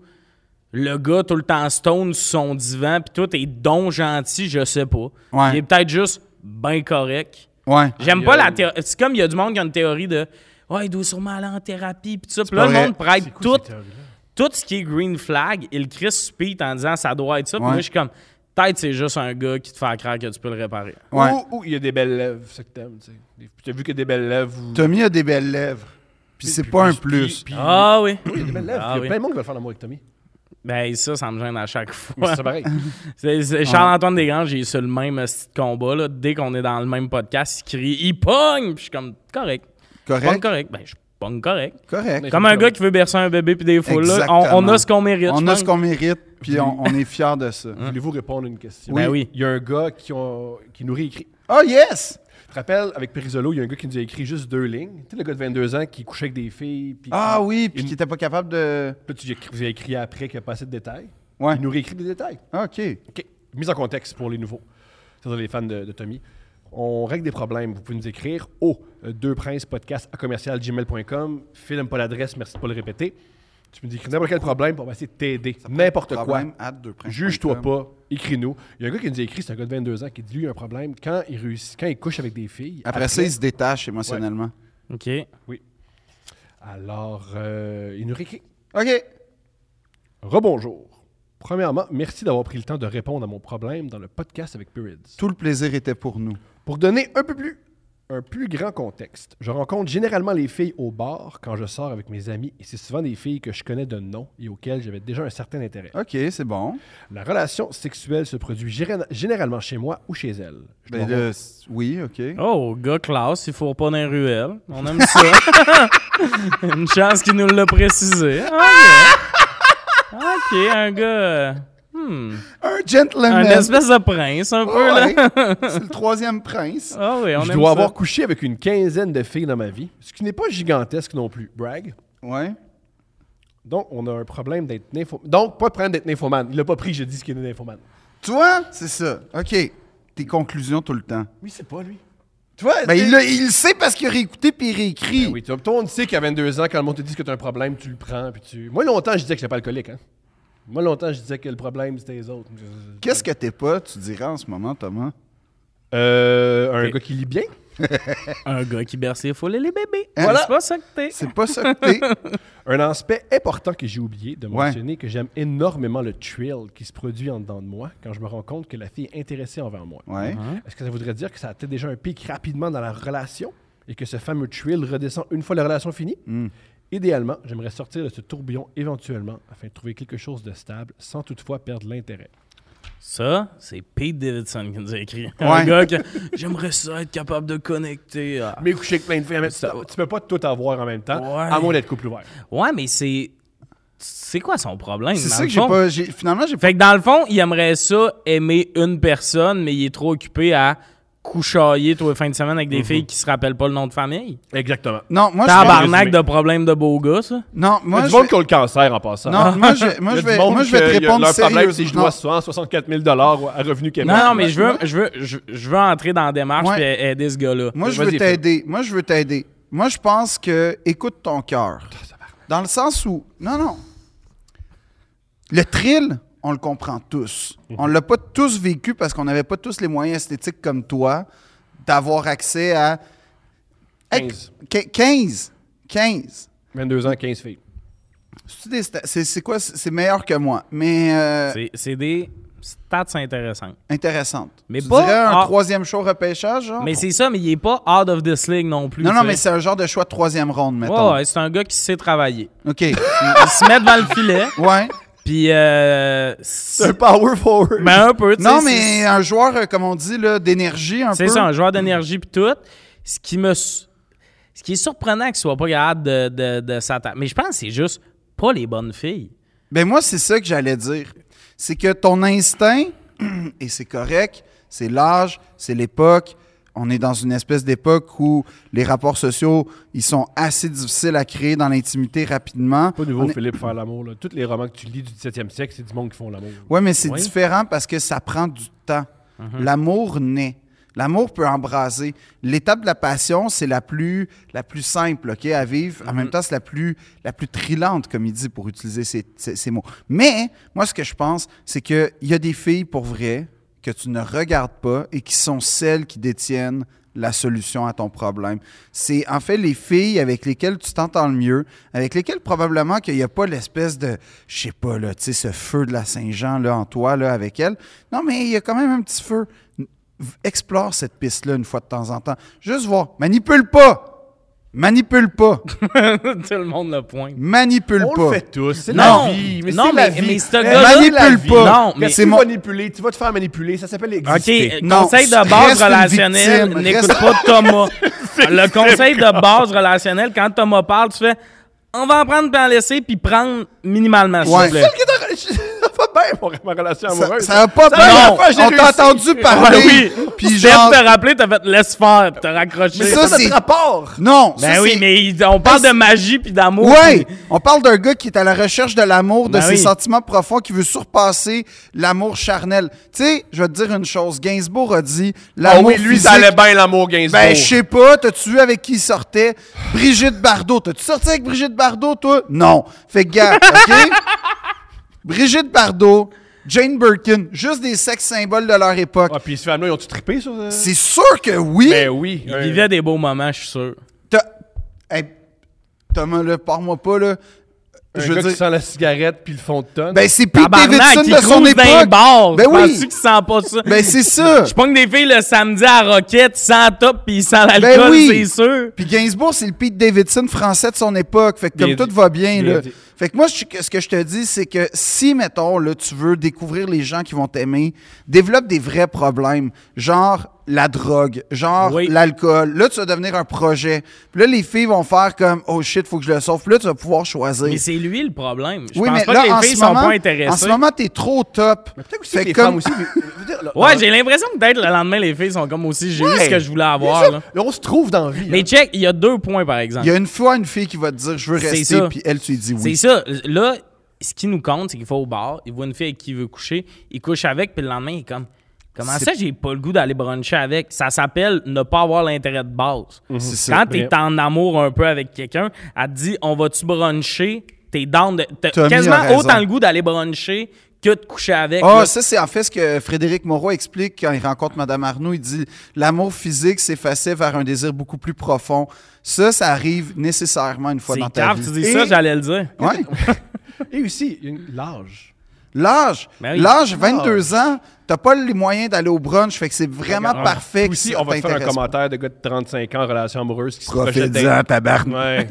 S3: le gars, tout le temps, stone sur son divan, puis toi, t'es donc gentil, je sais pas.
S2: Ouais.
S3: Il est peut-être juste ben correct.
S2: Ouais.
S3: J'aime
S1: Aïe,
S3: pas la
S1: aïe.
S3: théorie. C'est comme il y a du monde qui a une théorie de. Ouais, il doit sûrement aller en thérapie, puis tout ça. Puis là,
S2: pas
S3: le
S2: vrai.
S3: monde prête
S1: C'est quoi
S3: tout
S1: cette théorie-là?
S3: tout ce qui est green flag, il crie speed en disant ça doit être ça. Puis
S2: Ouais.
S3: moi, je suis comme, peut-être c'est juste un gars qui te fait croire que tu peux le réparer.
S2: Ouais.
S1: Ou, ou il y a des belles lèvres, c'est que t'aimes, tu sais. Des- T'as vu que des belles lèvres... ou-
S2: Tommy a des belles lèvres. Puis c'est pas un plus.
S1: Puis- puis-
S3: Ah oui.
S1: Oui, il y a des belles lèvres.
S3: Ah
S1: il y a
S3: oui.
S1: plein de monde qui veut faire l'amour avec Tommy.
S3: Ben, ça, ça me gêne à chaque fois.
S1: Mais c'est [LAUGHS] pareil.
S3: C'est- c'est Charles-Antoine Desgranges, j'ai eu ça le même euh, petit combat. Là. Dès qu'on est dans le même podcast, il crie, il pogne. Puis je suis comme, correct. Je pogne
S2: Correct?
S3: correct. Ben, je pogne correct.
S2: Correct.
S3: Comme un gars qui veut bercer un bébé puis des foules, là, on,
S2: Exactement.
S3: on a ce qu'on mérite.
S2: On
S3: je
S2: a
S3: pense.
S2: ce qu'on mérite, puis on, on est fiers de ça.
S1: Voulez-vous répondre à une question?
S3: Ben oui.
S1: Il y a un gars qui, ont- qui nous réécrit.
S2: Oh yes!
S1: Tu te rappelles, avec Perisolo, il y a un gars qui nous a écrit juste deux lignes. Tu sais, le gars de 22 ans qui couchait avec des filles. Puis
S2: Ah oui, puis
S1: Une-
S2: qui était pas capable de...
S1: Là, tu lui as écrit- vous avez écrit après qu'il n'y a pas assez de détails.
S2: Ouais.
S1: Il nous réécrit des détails.
S2: Ah, OK.
S1: OK. Mise en contexte pour les nouveaux, c'est-à-dire les fans de, de Tommy. On règle des problèmes. Vous pouvez nous écrire au euh, deux princes podcast à commercial gmail.com. Phil n'aime pas l'adresse, merci de pas le répéter. Tu me dis écris n'importe quel problème, on va essayer de t'aider. N'importe quoi.
S2: Problème at deux points.
S1: Juge-toi pas, écris-nous. Il y a un gars qui nous a écrit, c'est un gars de 22 ans, qui dit lui, il a un problème. Quand il, réussit, quand il couche avec des filles.
S2: Après ça, il se détache émotionnellement.
S3: OK.
S1: Alors, euh, il nous réécrit.
S2: OK.
S1: Rebonjour. Premièrement, merci d'avoir pris le temps de répondre à mon problème dans le podcast avec Purids.
S2: Tout le plaisir était pour nous.
S1: Pour donner un peu plus, un plus grand contexte, je rencontre généralement les filles au bar quand je sors avec mes amis et c'est souvent des filles que je connais de nom et auxquelles j'avais déjà un certain intérêt.
S2: OK, c'est bon.
S1: La relation sexuelle se produit géré- généralement chez moi ou chez elles. Je
S2: Ben,
S1: dois-
S2: là, c- oui, OK.
S3: Oh, gars classe, il faut pas dans les ruelles. On aime ça. [LAUGHS] Une chance qu'il nous l'a précisé. OK. OK, un gars. euh, hmm,
S2: Un
S3: un
S2: gentleman! Oh,
S3: espèce de prince, un peu, là.
S2: Ouais. [LAUGHS] c'est le troisième prince.
S3: Ah oui, on
S1: je
S3: aime
S1: dois
S3: ça.
S1: avoir couché avec une quinzaine de filles dans ma vie, ce qui n'est pas gigantesque non plus. Brag.
S2: Ouais.
S1: Donc, on a un problème d'être nymphomane. Donc, pas de problème d'être nymphomane. Il l'a pas pris, j'ai dit ce qu'il est nymphomane.
S2: Toi, c'est ça. OK. Tes conclusions tout le temps.
S1: Oui, c'est pas lui.
S2: Toi, ben, il, l'a- il le sait parce qu'il a réécouté puis il réécrit.
S1: Ah Ben oui, toi, toi, on sait qu'à 22 ans, quand le monde te dit que t'as un problème, tu le prends. Puis tu... Moi, longtemps, je disais que j'étais pas alcoolique. Hein? Moi, longtemps, je disais que le problème, c'était les autres.
S2: Qu'est-ce que t'es pas, tu dirais en ce moment, Thomas?
S1: Euh, un
S3: Ok.
S1: gars qui lit bien.
S3: Un gars qui berce les foules et les bébés.
S2: Voilà.
S3: C'est pas ça que t'es.
S2: C'est pas ça que
S1: [LAUGHS]
S2: t'es.
S1: Un aspect important que j'ai oublié de
S2: Ouais.
S1: mentionner, que j'aime énormément le thrill qui se produit en dedans de moi quand je me rends compte que la fille est intéressée envers moi.
S2: Ouais.
S1: Est-ce que ça voudrait dire que ça a peut-être déjà un pic rapidement dans la relation et que ce fameux thrill redescend une fois la relation finie?
S2: Hmm.
S1: Idéalement, j'aimerais sortir de ce tourbillon éventuellement afin de trouver quelque chose de stable sans toutefois perdre l'intérêt.
S3: Ça, c'est Pete Davidson qui nous a écrit.
S2: Ouais.
S3: Un gars que j'aimerais ça être capable de connecter. ah.
S1: Mais coucher avec plein de filles, mais tu, tu peux pas tout avoir en même temps,
S3: Ouais.
S1: à moins d'être couple ouvert.
S3: Ouais, mais c'est. C'est quoi son problème?
S2: C'est
S3: dans
S2: ça
S3: le
S2: que j'ai
S3: fond?
S2: pas. j'ai- Finalement, j'ai pas.
S3: Fait que dans le fond, il aimerait ça aimer une personne, mais il est trop occupé à couchailler tous les fins de semaine avec des filles qui se rappellent pas le nom de famille.
S1: Exactement.
S2: Non, moi, Ah, je pense-
S3: Tabarnak
S1: résumé.
S3: de problème de beau gars, ça.
S2: Non,
S1: Il y a
S2: moi,
S1: du
S2: je.
S1: monde qui a le cancer en passant. Ah.
S2: Non, moi, je, moi,
S1: Il y a
S2: je
S1: du
S2: vais,
S1: monde
S2: moi, je vais
S1: que,
S2: te
S1: il y a-
S2: répondre
S1: Leur problème, c'est que je
S2: sérieusement.
S1: dois 164 000 à revenu Québec.
S3: Non, non, mais je veux, je veux, je, je veux entrer dans la démarche
S2: Ouais.
S3: et aider ce gars-là.
S2: Moi, je
S1: Vas-y,
S2: veux
S1: Phil.
S2: t'aider. Moi, je veux t'aider. Moi, je pense que écoute ton cœur.
S3: Oh,
S2: Dans le sens où. Non, non. Le thrill, on le comprend tous.
S3: Mhm.
S2: On l'a pas tous vécu parce qu'on n'avait pas tous les moyens esthétiques comme toi d'avoir accès à. Hey,
S1: 15.
S2: qu- 15. 15.
S1: 22 ans, 15 filles.
S2: C'est-tu des sta- C'est c'est quoi? C'est c'est meilleur que moi, mais euh,
S3: C'est- C'est des stats intéressantes.
S2: intéressante.
S3: Mais
S2: tu
S3: pas-
S2: dirais un
S3: ah.
S2: troisième choix repêchage, genre?
S3: Mais c'est ça, mais il est pas out of this league non plus.
S2: Ah non, non,
S3: tu
S2: mais
S3: sais.
S2: c'est un genre de choix de troisième ronde, mettons.
S3: Ouais, ouais, c'est un gars qui sait travailler.
S2: OK. [LAUGHS]
S3: Il se met devant le filet.
S2: ouais.
S3: Puis, euh, si-
S4: C'est un power forward.
S3: ben, un peu, tu sais,
S2: Non,
S3: c'est-
S2: mais un joueur, euh, comme on dit, là, d'énergie un peu.
S3: C'est ça, un joueur d'énergie puis tout. Ce qui me. s- Ce qui est surprenant qu'il soit pas capable de, de, de s'attaquer. Mais je pense que c'est juste pas les bonnes filles.
S2: Ben moi, c'est ça que j'allais dire. C'est que ton instinct, [CLEARS THROAT] et c'est correct, c'est l'âge, c'est l'époque. On est dans une espèce d'époque où les rapports sociaux, ils sont assez difficiles à créer dans l'intimité rapidement.
S1: Pas nouveau,
S2: On est-
S1: Philippe, faire l'amour. Là. Tous les romans que tu lis du 17e siècle, c'est du monde qui font l'amour.
S2: Ouais, mais c'est
S3: Oui.
S2: différent parce que ça prend du temps. L'amour naît. L'amour peut embraser. L'étape de la passion, c'est la plus, la plus simple ok, à vivre. En même temps, c'est la plus, la plus trillante, comme il dit, pour utiliser ces, ces- ces mots. Mais moi, ce que je pense, c'est qu'il y a des filles pour vrai que tu ne regardes pas et qui sont celles qui détiennent la solution à ton problème. C'est en fait les filles avec lesquelles tu t'entends le mieux, avec lesquelles probablement qu'il n'y a pas l'espèce de, je sais pas, là, tu sais, ce feu de la Saint-Jean là, en toi là, avec elles. Non, mais il y a quand même un petit feu. N- Explore cette piste-là une fois de temps en temps. Juste voir. Manipule pas! Manipule pas!
S3: Tout le monde le pointe.
S2: Manipule
S1: On
S2: pas!
S1: le fait tous. C'est
S3: Non.
S1: la vie. Mais
S3: Non,
S1: c'est la
S3: mais-
S1: vie.
S3: mais ce
S1: Eh,
S3: gars-là-
S1: manipule
S2: Manipule
S1: pas.
S2: pas!
S3: Non, mais-
S1: Mais
S2: c'est
S1: c'est
S2: mon... Euh,
S1: manipulé, tu vas te faire manipuler, ça s'appelle
S3: OK, euh,
S1: exister.
S2: Non,
S3: conseil de base
S2: reste une
S3: relationnel,
S2: victime,
S3: n'écoute
S2: reste-
S3: pas
S2: [LAUGHS]
S3: Thomas. le conseil de base relationnel, quand Thomas parle, tu fais on va en prendre puis en laisser, puis prendre minimalement, s'il
S2: Ouais.
S3: vous plaît.
S1: [LAUGHS] Ça va bien pour ma relation
S2: Ça,
S1: amoureuse.
S2: ça a pas
S1: va,
S2: bien.
S1: la fois, j'ai
S2: On t'a
S1: réussi.
S2: entendu parler.
S3: oui.
S2: Puis
S3: Steph
S2: genre,
S3: t'a rappelé, t'as fait laisse faire, puis t'as raccroché.
S2: Mais
S4: Ça,
S2: Ça, c'est-
S4: c'est rapport.
S2: non.
S3: ben
S2: ça,
S3: oui,
S2: c'est-
S3: mais il- on parle
S2: Ben,
S3: de magie puis d'amour.
S2: Ouais,
S3: puis-
S2: on parle d'un gars qui est à la recherche de l'amour, de
S3: Ben
S2: ses
S3: oui.
S2: sentiments profonds, qui veut surpasser l'amour charnel. Tu sais, je vais te dire une chose. Gainsbourg a dit
S1: Ah
S2: l'amour
S1: oui, lui,
S2: physique.
S1: ça allait bien l'amour Gainsbourg.
S2: Ben, je sais pas, t'as-tu vu avec qui il sortait? Brigitte Bardot. T'as-tu sorti avec Brigitte Bardot, toi? Non. Fait que, gars,
S1: [LAUGHS]
S2: OK? Brigitte Bardot, Jane Birkin, juste des sexes symboles de leur époque.
S1: Ah, puis ces femmes-là, ils ont-tu trippé sur ça?
S2: C'est sûr que oui.
S1: Ben oui.
S3: Il
S1: Euh,
S3: vivait des beaux moments, je suis sûr.
S2: T'as- Hey, Thomas, là, parle-moi pas, là.
S1: un gars qui sent la cigarette puis le fond de tonne.
S2: Ben, c'est Pete
S3: Tabarnak,
S2: Davidson
S3: qui
S2: de son
S3: crouse dans les
S2: époque.
S3: bars.
S2: Ben oui.
S3: Penses-tu qu'il sent pas ça?
S2: Ben, c'est ça.
S3: [LAUGHS] Je pogne des filles le samedi à Rocket, sans top puis sans l'alcool,
S2: Ben oui.
S3: c'est sûr.
S2: Puis Gainsbourg, c'est le Pete Davidson français de son époque. Fait que comme
S1: Bien
S2: tout
S1: dit.
S2: va bien,
S1: Bien
S2: là.
S1: dit.
S2: Fait que moi, je- ce que je te dis, c'est que si, mettons, là, tu veux découvrir les gens qui vont t'aimer, développe des vrais problèmes, genre la drogue, genre
S3: Oui.
S2: l'alcool. Là, tu vas devenir un projet. Puis là, les filles vont faire comme « Oh shit, faut que je le sauve. » Puis là, tu vas pouvoir choisir.
S3: Mais c'est lui le problème. Je
S2: oui,
S3: pense
S2: mais
S3: pas
S2: là,
S3: que
S2: en
S3: les filles
S2: ce
S3: sont
S2: moment,
S3: pas
S2: en ce
S3: intéressées.
S2: moment, t'es trop top.
S1: Peut-être aussi
S2: Fait
S1: que les
S2: comme-
S1: femmes aussi. mais- je veux [LAUGHS] dire, là,
S3: Ouais,
S1: on-
S3: j'ai l'impression que peut-être le lendemain, les filles sont comme aussi, j'ai eu
S1: Ouais.
S3: ce que je voulais
S1: Bien
S3: avoir.
S1: sûr,
S3: là.
S1: là, on se trouve dans la vie. hein.
S3: Mais
S1: là.
S3: check, il y a deux points, par exemple.
S2: Il y a une fois une fille qui va te dire « Je veux
S3: C'est
S2: rester
S3: ça. »,
S2: puis elle, tu lui dis «
S3: C'est
S2: Oui
S3: ça. Là, ce qui nous compte, c'est qu'il faut au bar, il voit une fille avec qui il veut coucher, il couche avec, puis le lendemain, il est comme Comment
S2: C'est-
S3: ça, j'ai pas le goût d'aller bruncher avec Ça s'appelle ne pas avoir l'intérêt de base.
S2: Mhm. C'est ça.
S3: Quand t'es en amour un peu avec quelqu'un, elle te dit On va-tu bruncher T'es down de. T'as
S2: Tommy a
S3: quasiment
S2: raison.
S3: autant le goût d'aller bruncher que de coucher avec.
S2: Ah,
S3: là.
S2: ça, c'est en fait ce que Frédéric Moreau explique quand il rencontre Madame Arnoux. Il dit L'amour physique s'effaçait vers un désir beaucoup plus profond. Ça, ça arrive nécessairement une fois
S3: C'est
S2: dans ta
S3: grave,
S2: vie.
S3: tu dis
S1: Et-
S3: ça, j'allais le dire.
S2: Ouais.
S1: Et aussi, il y a une- l'âge.
S2: L'âge,
S3: [LAUGHS] Ben oui.
S2: l'âge, 22 ans, t'as pas les moyens d'aller au brunch, fait que c'est vraiment
S3: Ah,
S1: Regarde.
S2: parfait. que
S1: Aussi,
S2: ça
S1: on va te faire un
S2: t'intéresse.
S1: commentaire de gars de 35 ans en relation amoureuse qui se projette
S2: Profite-en,
S1: d'être-
S2: tabarnak.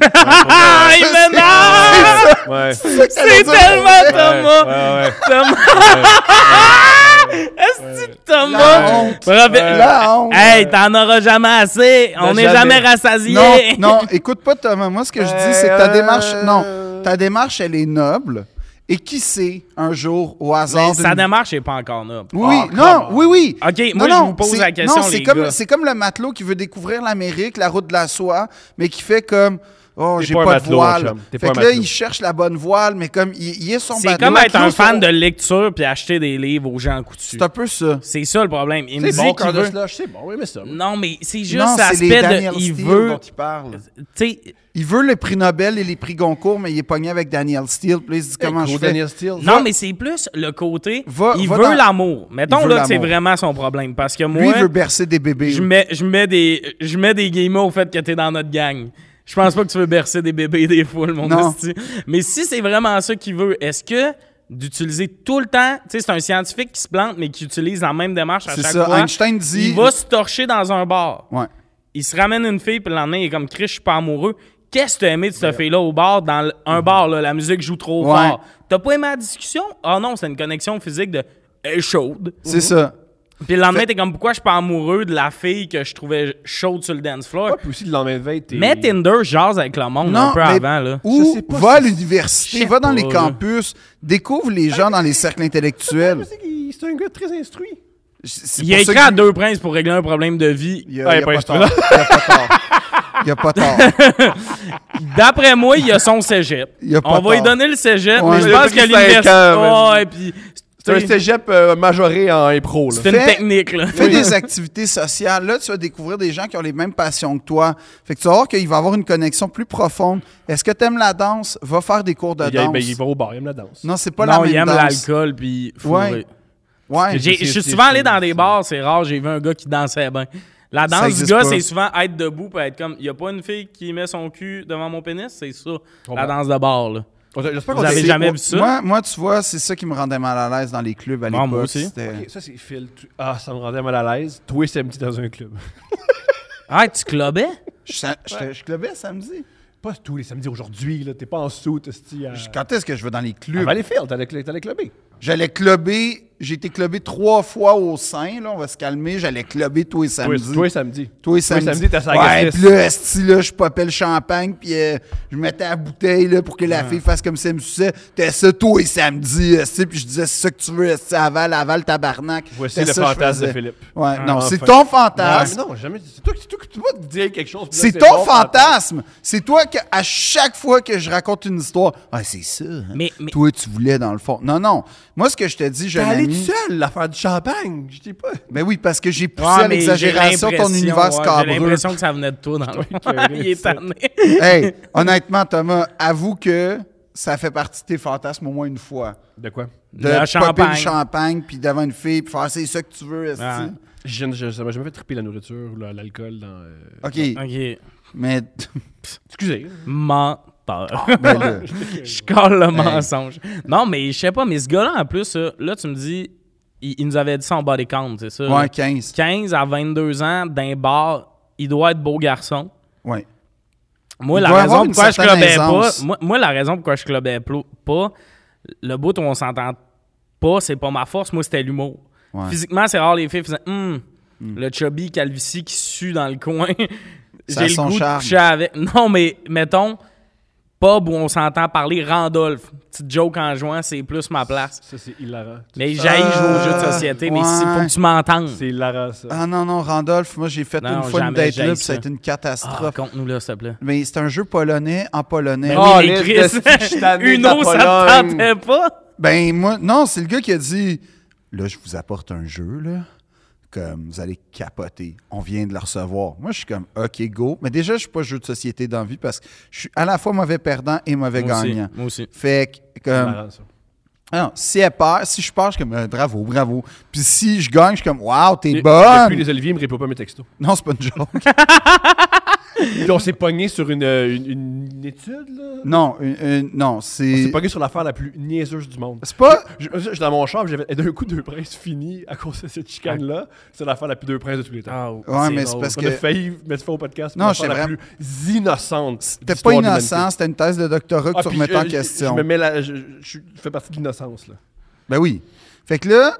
S1: [LAUGHS] Ouais.
S3: Ah, il m'énerve!
S1: Ouais.
S2: C'est ça que
S3: C'est
S2: t'allais dire.
S3: tellement Thomas!
S1: Ouais, ouais, ouais.
S3: Thomas! Est-ce que
S2: La
S3: Thomas?
S2: honte.
S3: Bravo.
S2: La honte.
S3: Hey, t'en auras jamais assez! On n'est jamais
S1: jamais.
S3: rassasié!
S2: Non, non, écoute pas Thomas. Moi, ce que je dis, c'est que ta
S1: Euh,
S2: démarche, non,
S1: euh,
S2: ta démarche, elle est noble. Et qui sait, un jour, au hasard,
S3: Mais sa
S2: d'une-
S3: démarche n'est pas encore noble.
S2: Oui,
S1: Ah,
S2: non,
S1: come on.
S2: oui, oui.
S3: OK,
S2: Non,
S3: moi, je
S2: non,
S3: vous pose
S2: c'est-
S3: la question,
S2: Non, c'est
S3: les
S2: comme,
S3: gars.
S2: c'est comme le matelot qui veut découvrir l'Amérique, la route de la soie, mais qui fait comme. Oh,
S1: T'es
S2: j'ai
S1: pas
S2: pas,
S1: un
S2: de
S1: matelot, mon
S2: voile.
S1: chum. T'es
S2: Fait
S1: pas
S2: que
S1: un
S2: là,
S1: matelot.
S2: il cherche la bonne voile, mais comme il, il est son
S3: C'est
S2: bateau.
S3: comme être un
S2: Matelot,
S3: fan
S2: c'est-
S3: de lecture puis acheter des livres aux gens coutus.
S2: C'est un peu ça.
S3: C'est ça le problème. Il me
S1: C'est
S3: dit
S1: bon,
S3: qu'il
S1: Carlos
S3: veut...
S1: Lush, c'est bon, mais ça.
S3: Non, mais c'est
S2: non,
S3: juste
S2: c'est les
S3: l'aspect
S2: Daniel
S3: de... Il
S2: Steele
S3: veut...
S2: dont il parle.
S3: Tu sais,
S2: Il veut les prix Nobel et les prix Goncourt, mais il est pogné avec Daniel Steele. Puis là, il se dit comment je fais.
S1: Daniel Steele.
S3: Non, mais c'est plus le côté...
S2: Va-
S3: il
S2: va
S3: veut
S2: dans-
S3: l'amour. Mettons
S2: veut
S3: là que c'est
S2: l'amour.
S3: vraiment son problème. Parce que moi...
S2: Lui, il veut bercer des bébés.
S3: Je mets, je mets des, je mets des guillemets au fait que t'es dans notre gang. Je pense pas que tu veux bercer des bébés des foules, mon
S2: Non.
S3: esti. Mais si c'est vraiment ça qu'il veut, est-ce que d'utiliser tout le temps, tu sais, c'est un scientifique qui se plante, mais qui utilise la même démarche à
S2: C'est
S3: chaque
S2: ça,
S3: fois.
S2: Einstein dit-
S3: Il va se torcher dans un bar.
S2: Ouais.
S3: Il se ramène une fille, puis le lendemain, il est comme Chris, je suis pas amoureux. Qu'est-ce que t'as aimé de cette fille-là au bar, dans l- un bar, là, la musique joue trop
S2: Ouais.
S3: fort. T'as pas aimé la discussion? Ah non, c'est une connexion physique de elle est chaude.
S2: C'est ça.
S3: Puis le lendemain, t'es comme pourquoi je suis pas amoureux de la fille que je trouvais chaude sur le dance floor.
S1: Ouais, puis aussi, le lendemain de veille, t'es...
S3: Mets Tinder, jase avec le monde un peu avant. Là.
S1: Je
S2: Ou
S1: sais pas
S2: va à
S1: si-
S2: l'université,
S3: Je sais
S2: va dans
S3: pas,
S2: les
S3: là.
S2: campus, découvre les gens dans les cercles
S1: Ouais,
S2: intellectuels.
S1: mais C'est qu'il- c'est un gars très instruit.
S2: C'est
S3: Il a
S2: pour ça
S3: écrit à
S2: que-
S3: deux princes pour régler un problème de vie.
S2: Il y
S1: Ah,
S2: a,
S1: il
S2: il
S1: est
S2: y a
S1: pas
S2: pas tort. Il y a pas tort. Il y a pas
S3: [LAUGHS]
S2: tort.
S3: D'après moi, il a son cégep.
S2: Il a pas
S3: On va lui
S2: tort.
S3: donner le cégep,
S2: Ouais.
S3: mais je
S1: Il a
S3: pense
S1: pris
S3: que
S1: cinq
S3: l'université.
S1: ans, mais-
S3: Ouais, puis
S1: C'est un
S3: c'est
S1: cégep euh, majoré en impro, là.
S3: c'est une
S2: Fais-
S3: technique. Là.
S2: Fais des activités sociales. Là, tu vas découvrir des gens qui ont les mêmes passions que toi. Fait que tu vas voir qu'il va avoir une connexion plus profonde. Est-ce que tu aimes la danse? Va faire des cours de
S1: Il, y a-
S2: danse.
S1: ben, il va au bar, il aime la danse.
S2: Non, c'est pas
S3: non,
S2: la
S3: il
S2: même
S3: aime
S2: danse.
S3: l'alcool, puis
S2: Ouais.
S3: fourré.
S2: Ouais.
S3: J'ai- Je suis souvent allé dans des bars, c'est rare, j'ai vu un gars qui dansait bien. La
S2: Ça
S3: danse du
S2: existe
S3: gars,
S2: pas.
S3: c'est souvent être debout pour être comme. Il n'y a pas une fille qui met son cul devant mon pénis, c'est ça. La danse de bar, là.
S1: J'espère
S3: Vous
S1: qu'on
S3: avez
S1: sait-
S3: jamais vu ça?
S2: Moi, moi, tu vois, c'est ça qui me rendait mal à l'aise dans les clubs à
S3: Bon, moi
S2: l'époque.
S3: aussi.
S2: C'était-
S1: Ok, ça, c'est Phil. Tu- Ah, ça me rendait mal à l'aise. Toi, samedi dans un club.
S3: Ah, tu clubais?
S2: Je, sa- je te- je clubais samedi.
S1: [LAUGHS] Pas tous les samedis aujourd'hui, là. T'es pas en soute, esti, à...
S2: Je- Quand est-ce que je vais dans les
S1: à
S2: clubs?
S1: Valleyfield, t'allais cl- t'allais clubber.
S2: J'allais clubber. J'ai été clubé trois fois au sein, là, on va se calmer. J'allais clubber tous les
S1: Toi,
S2: samedis.
S1: toi, samedi.
S2: Toi,
S1: samedi.
S2: samedi.
S1: t'as sa
S2: Ouais,
S1: gastrice.
S2: puis là, esti, là, je popais le champagne, puis euh, je mettais la bouteille là, pour que la fille fasse comme si elle me suçait. T'es ça, toi, et samedi, esti, puis je disais, c'est ça que tu veux, esti, aval, aval, tabarnak.
S1: Voici
S2: C'était
S1: le
S2: ça que je
S1: fantasme de
S2: faisais.
S1: Philippe.
S2: Ouais, non, c'est
S1: enfin.
S2: ton
S1: Ah, mais
S2: fantasme.
S1: non, jamais. C'est toi qui tu, tu vas te dire quelque chose. puis là,
S2: C'est ton
S1: bon,
S2: fantasme. C'est toi que à chaque fois que je raconte une histoire, ah, c'est ça. hein.
S3: Mais- mais-
S2: Toi, tu voulais dans le fond. Non, non. Moi, ce que je te dis, je
S1: T'es allé tout
S2: l'ai
S1: seul, l'affaire du champagne. Je dis pas.
S2: Ben oui, parce que j'ai poussé
S3: Ouais,
S2: à
S3: mais j'ai
S2: l'exagération ton
S3: l'impression-
S2: univers
S3: ouais, J'ai
S2: scabreux.
S3: l'impression que ça venait de toi [LAUGHS] dans le
S1: qui as
S3: Il est tanné.
S2: Hey,
S3: [LAUGHS]
S2: honnêtement, Thomas, avoue que ça fait partie de tes fantasmes au moins une fois.
S1: De quoi?
S2: De
S3: Le
S2: popper
S3: champagne.
S2: le champagne, puis devant une fille, puis faire c'est ça que tu veux, esti.
S3: Ouais.
S1: Je, je- ça m'a jamais fait triper la nourriture ou la- l'alcool dans. euh,
S2: OK,
S3: Ok. [LAUGHS]
S2: mais...
S1: Excusez.
S3: Menteur.
S2: ben là,
S3: [LAUGHS] Je colle le mensonge. Non, mais je sais pas, mais ce gars-là, en plus, euh, là, tu me dis, il, il nous avait dit ça en body count, c'est ça? là?
S2: ouais, 15.
S3: 15 à 22 ans, d'un bar, il doit être beau garçon.
S2: Ouais.
S3: Moi,
S2: Il
S3: la
S2: doit
S3: raison
S2: avoir une
S3: pourquoi je
S2: certaine
S3: clubais pas,
S2: aisance.
S3: moi, moi, la raison pourquoi je clubais plo- pas, le bout où on s'entend pas, c'est pas ma force, moi, c'était l'humour.
S2: Ouais. Hmm.
S3: Physiquement, c'est rare les filles faisaient Hum, le chubby calvitie qui sue dans le coin. [LAUGHS]
S2: Ça
S3: J'ai
S2: a
S3: le
S2: son
S3: goût de
S2: charme.
S3: coucher avec. Non, mais mettons, pub où on s'entend parler Randolph. Petite joke en juin, c'est plus ma place.
S1: Ça, c'est hilarant.
S3: Mais j'aille jouer aux jeux de société, mais
S2: Ah, ouais.
S3: il faut que tu m'entendes.
S1: C'est hilarant, ça.
S2: Ah non, non, Randolph, moi, j'ai fait une
S3: Non,
S2: fois une
S3: jamais,
S2: date
S3: j'haïs
S2: là, puis ça a
S3: ça.
S2: été une
S3: Ah,
S2: catastrophe.
S3: Raconte-nous là, s'il te plaît.
S2: mais c'est un jeu polonais, en polonais.
S3: Ben
S1: Oh,
S3: oui, mais
S1: les
S3: Chris, [LAUGHS]
S1: esti que je suis tanné de
S3: une
S1: la
S3: eau, ça te
S1: Pologne.
S3: tentait pas?
S2: Ben moi, non, c'est le gars qui a dit, là, je vous apporte un jeu, là, comme vous allez capoter. On vient de le recevoir. Moi, je suis comme, OK, go. Mais déjà, je suis pas jeu de société dans la vie parce que je suis à la fois mauvais perdant et mauvais
S3: Moi aussi,
S2: gagnant.
S3: moi aussi.
S2: Fait que, comme,
S1: Hilarant, ça.
S2: ah non, si elle perd, si je pars, je suis comme, euh, bravo, bravo. Puis si je gagne, je suis comme, wow, t'es
S1: Depuis,
S2: bonne.
S1: les Olivier me répond pas mes [LAUGHS] textos.
S2: Non, c'est pas une joke.
S1: Puis on s'est pogné sur une, euh, une, une étude, là.
S2: non, une- une- non, c'est.
S1: C'est pogné sur l'affaire la plus niaiseuse du monde.
S2: C'est pas.
S1: Je- je- J'étais dans mon champ, j'avais [LAUGHS] et d'un coup deux princes fini à cause de cette chicane-là. C'est l'affaire la plus deux princes de tous les
S3: Ah,
S1: temps.
S2: Ouais, mais c'est
S3: [LAUGHS]
S2: parce
S1: On a
S2: que.
S1: failli mettre fin au podcast.
S2: Ah, Non,
S1: pour l'affaire
S2: j'étais
S1: la
S2: vraiment-
S1: plus innocente.
S2: C'était pas innocent, c'était une thèse de doctorat que tu remettais en question.
S1: Ah, euh, Je, me mets la- je, je- je fais partie de l'innocence, là.
S2: Ben oui. Fait
S1: [LAUGHS]
S2: que là,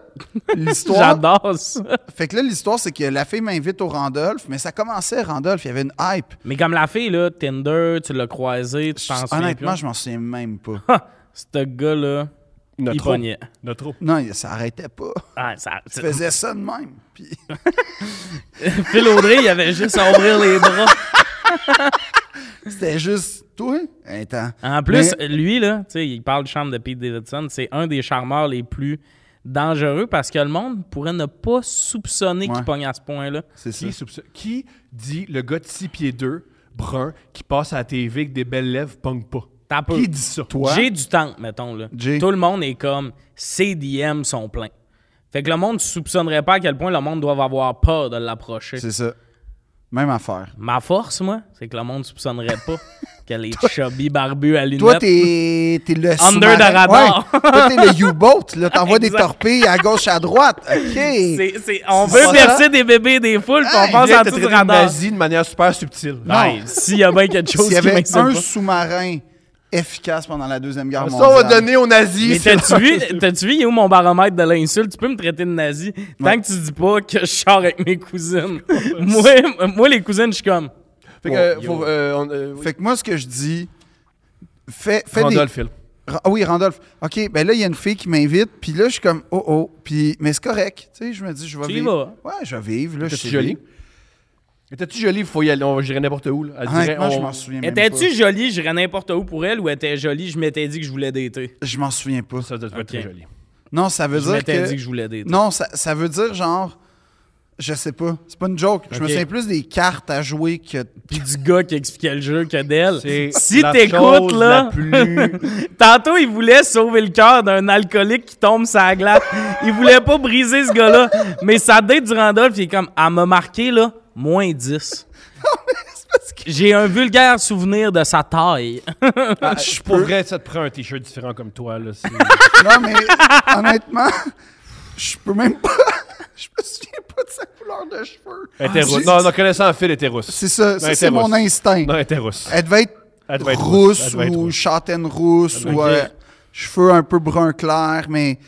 S2: l'histoire.
S3: J'adore ça.
S2: Fait que là, l'histoire, c'est que la fille m'invite au Randolph, mais ça commençait Randolph, il y avait une hype.
S3: Mais comme la fille, là, Tinder, tu l'as croisé, tu t'en souviens
S2: Honnêtement,
S3: plus.
S2: je m'en souviens même
S3: [LAUGHS]
S2: pas.
S3: Ce gars-là,
S1: Notre
S3: il pognait.
S1: Notre trop.
S2: non, il- ça arrêtait
S3: [LAUGHS]
S2: pas.
S3: Ah, ça,
S2: Il faisait ça de même. Puis,
S3: [LAUGHS] Phil Audrey, il avait juste à ouvrir les bras.
S2: c'était juste, toi, un temps.
S3: En plus,
S2: Mais-
S3: lui, là, tu sais, il parle de chambre de Pete Davidson, c'est un des charmeurs les plus dangereux parce que le monde pourrait ne pas soupçonner
S2: Ouais.
S3: qu'il pogne à ce point-là.
S2: c'est ça.
S1: Qui, soupçonne- qui dit le gars de 6 pieds 2, brun, qui passe à la TV avec des belles lèvres, pogne pas?
S3: T'as peu.
S1: Qui dit ça?
S2: Toi?
S3: J'ai du temps, mettons. Là.
S2: Jay.
S3: Tout le monde est comme ses DM sont pleins. Fait que le monde ne soupçonnerait pas à quel point le monde doit avoir peur de l'approcher.
S2: C'est ça. Même affaire. [LAUGHS]
S3: Ma force, moi, c'est que le monde ne soupçonnerait pas. que les chubby barbus à lunettes.
S2: Toi, t'es t'es le
S3: Under the
S2: sous-marin.
S3: radar.
S2: Ouais. Toi, t'es
S3: [LAUGHS]
S2: le U-boat. là. T'envoies des
S3: Exact.
S2: torpilles à gauche, à
S3: [LAUGHS]
S2: droite. OK.
S3: C'est- c'est- on veut
S2: ça. Ah,
S3: bercer des bébés des foules, puis
S2: Hey,
S3: on pense
S1: Viens,
S3: à
S1: t'as
S3: tout
S1: traité
S3: le
S1: de
S3: radar.
S1: nazi de manière super subtile.
S3: Hey, S'il y a bien
S2: [LAUGHS]
S3: quelque chose
S2: S'il y
S3: qui
S2: avait
S3: m'incite
S2: un
S3: pas.
S2: sous-marin efficace pendant la Deuxième Guerre
S1: Ça,
S2: mondiale...
S1: on va donner aux nazis. [LAUGHS]
S3: Mais t'as-tu vu, t'as-tu vu, il est où mon baromètre de l'insulte? Tu peux me traiter de nazi tant que tu dis pas que je sors avec
S2: [LAUGHS]
S3: mes cousines. moi, moi, les cousines, je suis comme.
S1: Fait que, euh, faut, euh, on, euh,
S2: Fait que moi, ce que je dis... Fais, fais des-
S1: Randolph, Phil.
S2: Ra- Ah oui, Randolph. OK, ben là, il y a une fille qui m'invite, puis là, je suis comme, oh, oh. Puis, mais c'est correct. Tu sais, je me dis, je vais
S3: Tu y
S1: hein?
S2: vivre. Ouais, je vais vivre. Là, je
S1: T'es-tu
S2: suis
S1: jolie? T'es-tu jolie? Faut y aller. On j'irais n'importe où. là. Elle dirait,
S2: Honnêtement,
S1: on-
S2: je m'en souviens même pas.
S3: Étais-tu jolie, j'irais n'importe où pour elle, ou était jolie, je m'étais dit que je voulais dater?
S2: Je m'en souviens pas.
S1: Ça doit être
S3: Ok.
S1: très joli.
S2: Non, ça veut
S3: Je
S2: dire
S3: m'étais
S2: que...
S3: dit que je voulais dater.
S2: Non, ça, ça veut dire genre... Je sais pas. C'est pas une joke. Je me
S3: Ok.
S2: souviens plus des cartes à jouer que... [LAUGHS]
S3: Puis du gars qui expliquait le jeu que d'elle.
S1: C'est
S3: Si
S1: la
S3: t'écoutes,
S1: chose la
S3: là.
S1: plus-
S3: [LAUGHS] Tantôt, il voulait sauver le cœur d'un alcoolique qui tombe sur la glace. Il voulait pas briser ce gars-là. Mais sa date du Randolph, il est comme. Elle m'a marqué, là, moins 10. J'ai un vulgaire souvenir de sa taille.
S1: Ah, je pourrais, ça te prend un t-shirt différent comme toi. Là,
S2: [LAUGHS]
S1: c'est-
S2: non, mais honnêtement, [LAUGHS] je peux même pas... [LAUGHS] Je me souviens pas de sa couleur de cheveux.
S1: Elle était
S2: Ah,
S1: rousse.
S2: j'ai-
S1: Non, non, connaissant Phil, était rousse.
S2: C'est ça.
S1: elle
S2: ça, c'est
S1: était
S2: mon
S1: rousse.
S2: instinct.
S1: Non, elle était rousse.
S2: Elle devait être,
S1: Elle devait être rousse,
S2: rousse,
S1: elle devait être
S2: ou
S1: rousse.
S2: châtaine rousse ou
S1: Ok.
S2: euh, cheveux un peu brun clair, mais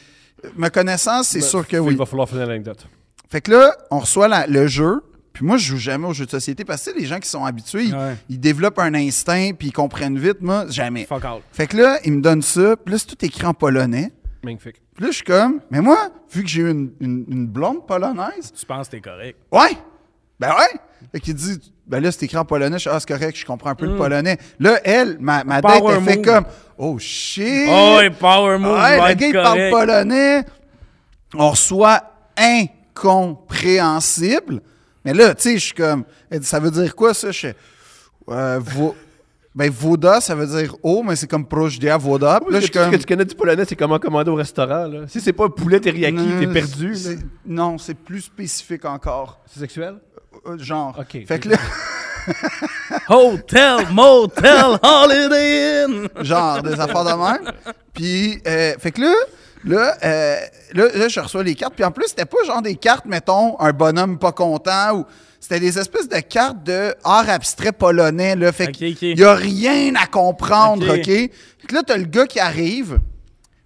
S2: me connaissant, c'est sûr que
S1: Phil,
S2: oui.
S1: Il va falloir faire une anecdote.
S2: Fait que là, on reçoit la- le jeu, puis moi, je joue jamais aux jeux de société parce que tu sais, les gens qui sont habitués, ils-
S3: Ouais.
S2: ils, développent un instinct puis ils comprennent vite. Moi, jamais.
S3: Fuck out.
S2: Fait que là, ils me donnent ça, puis là, c'est tout écrit en polonais.
S1: Magnifique.
S2: Puis là, je suis comme, mais moi, vu que j'ai eu une- une- une blonde polonaise,
S3: Tu penses que t'es correct.
S2: Ouais! Ben ouais! Fait qu'il dit, ben là, c'est écrit en polonais. Je suis, ah, c'est correct, je comprends un peu
S1: Mm.
S2: le polonais. Là, elle, ma, ma date,
S3: Power
S2: elle fait
S3: move.
S2: comme, oh shit!
S3: Oh, et power move,
S2: Ouais,
S3: va
S2: le
S3: être
S2: gars, il parle
S3: correct.
S2: polonais. On reçoit incompréhensible. Mais là, tu sais, je suis comme, elle dit, ça veut dire quoi, ça? Je fais, euh, vo- ben, voda, ça veut dire oh, mais c'est comme proche d'ia voda. Puis là, je
S1: ce que,
S2: suis
S1: ce
S2: comme.
S1: que tu connais du polonais, c'est comment commander au restaurant. Là. Si c'est pas un poulet teriyaki, t'es
S2: Non,
S1: perdu. là.
S2: euh, c'est- Non, c'est plus spécifique encore.
S1: C'est sexuel?
S2: Euh, Genre.
S1: Ok.
S2: Fait que là.
S3: Hotel, motel, holiday inn.
S2: genre des affaires de même. Puis, euh, fait que là, là, euh, là, là, je reçois les cartes. Puis en plus, c'était pas genre des cartes, mettons, un bonhomme pas content ou. C'était des espèces de cartes de art abstrait polonais, là. Fait
S3: Ok, ok.
S2: qu'il y a rien à comprendre,
S3: Ok.
S2: OK? Fait que là, t'as le gars qui arrive.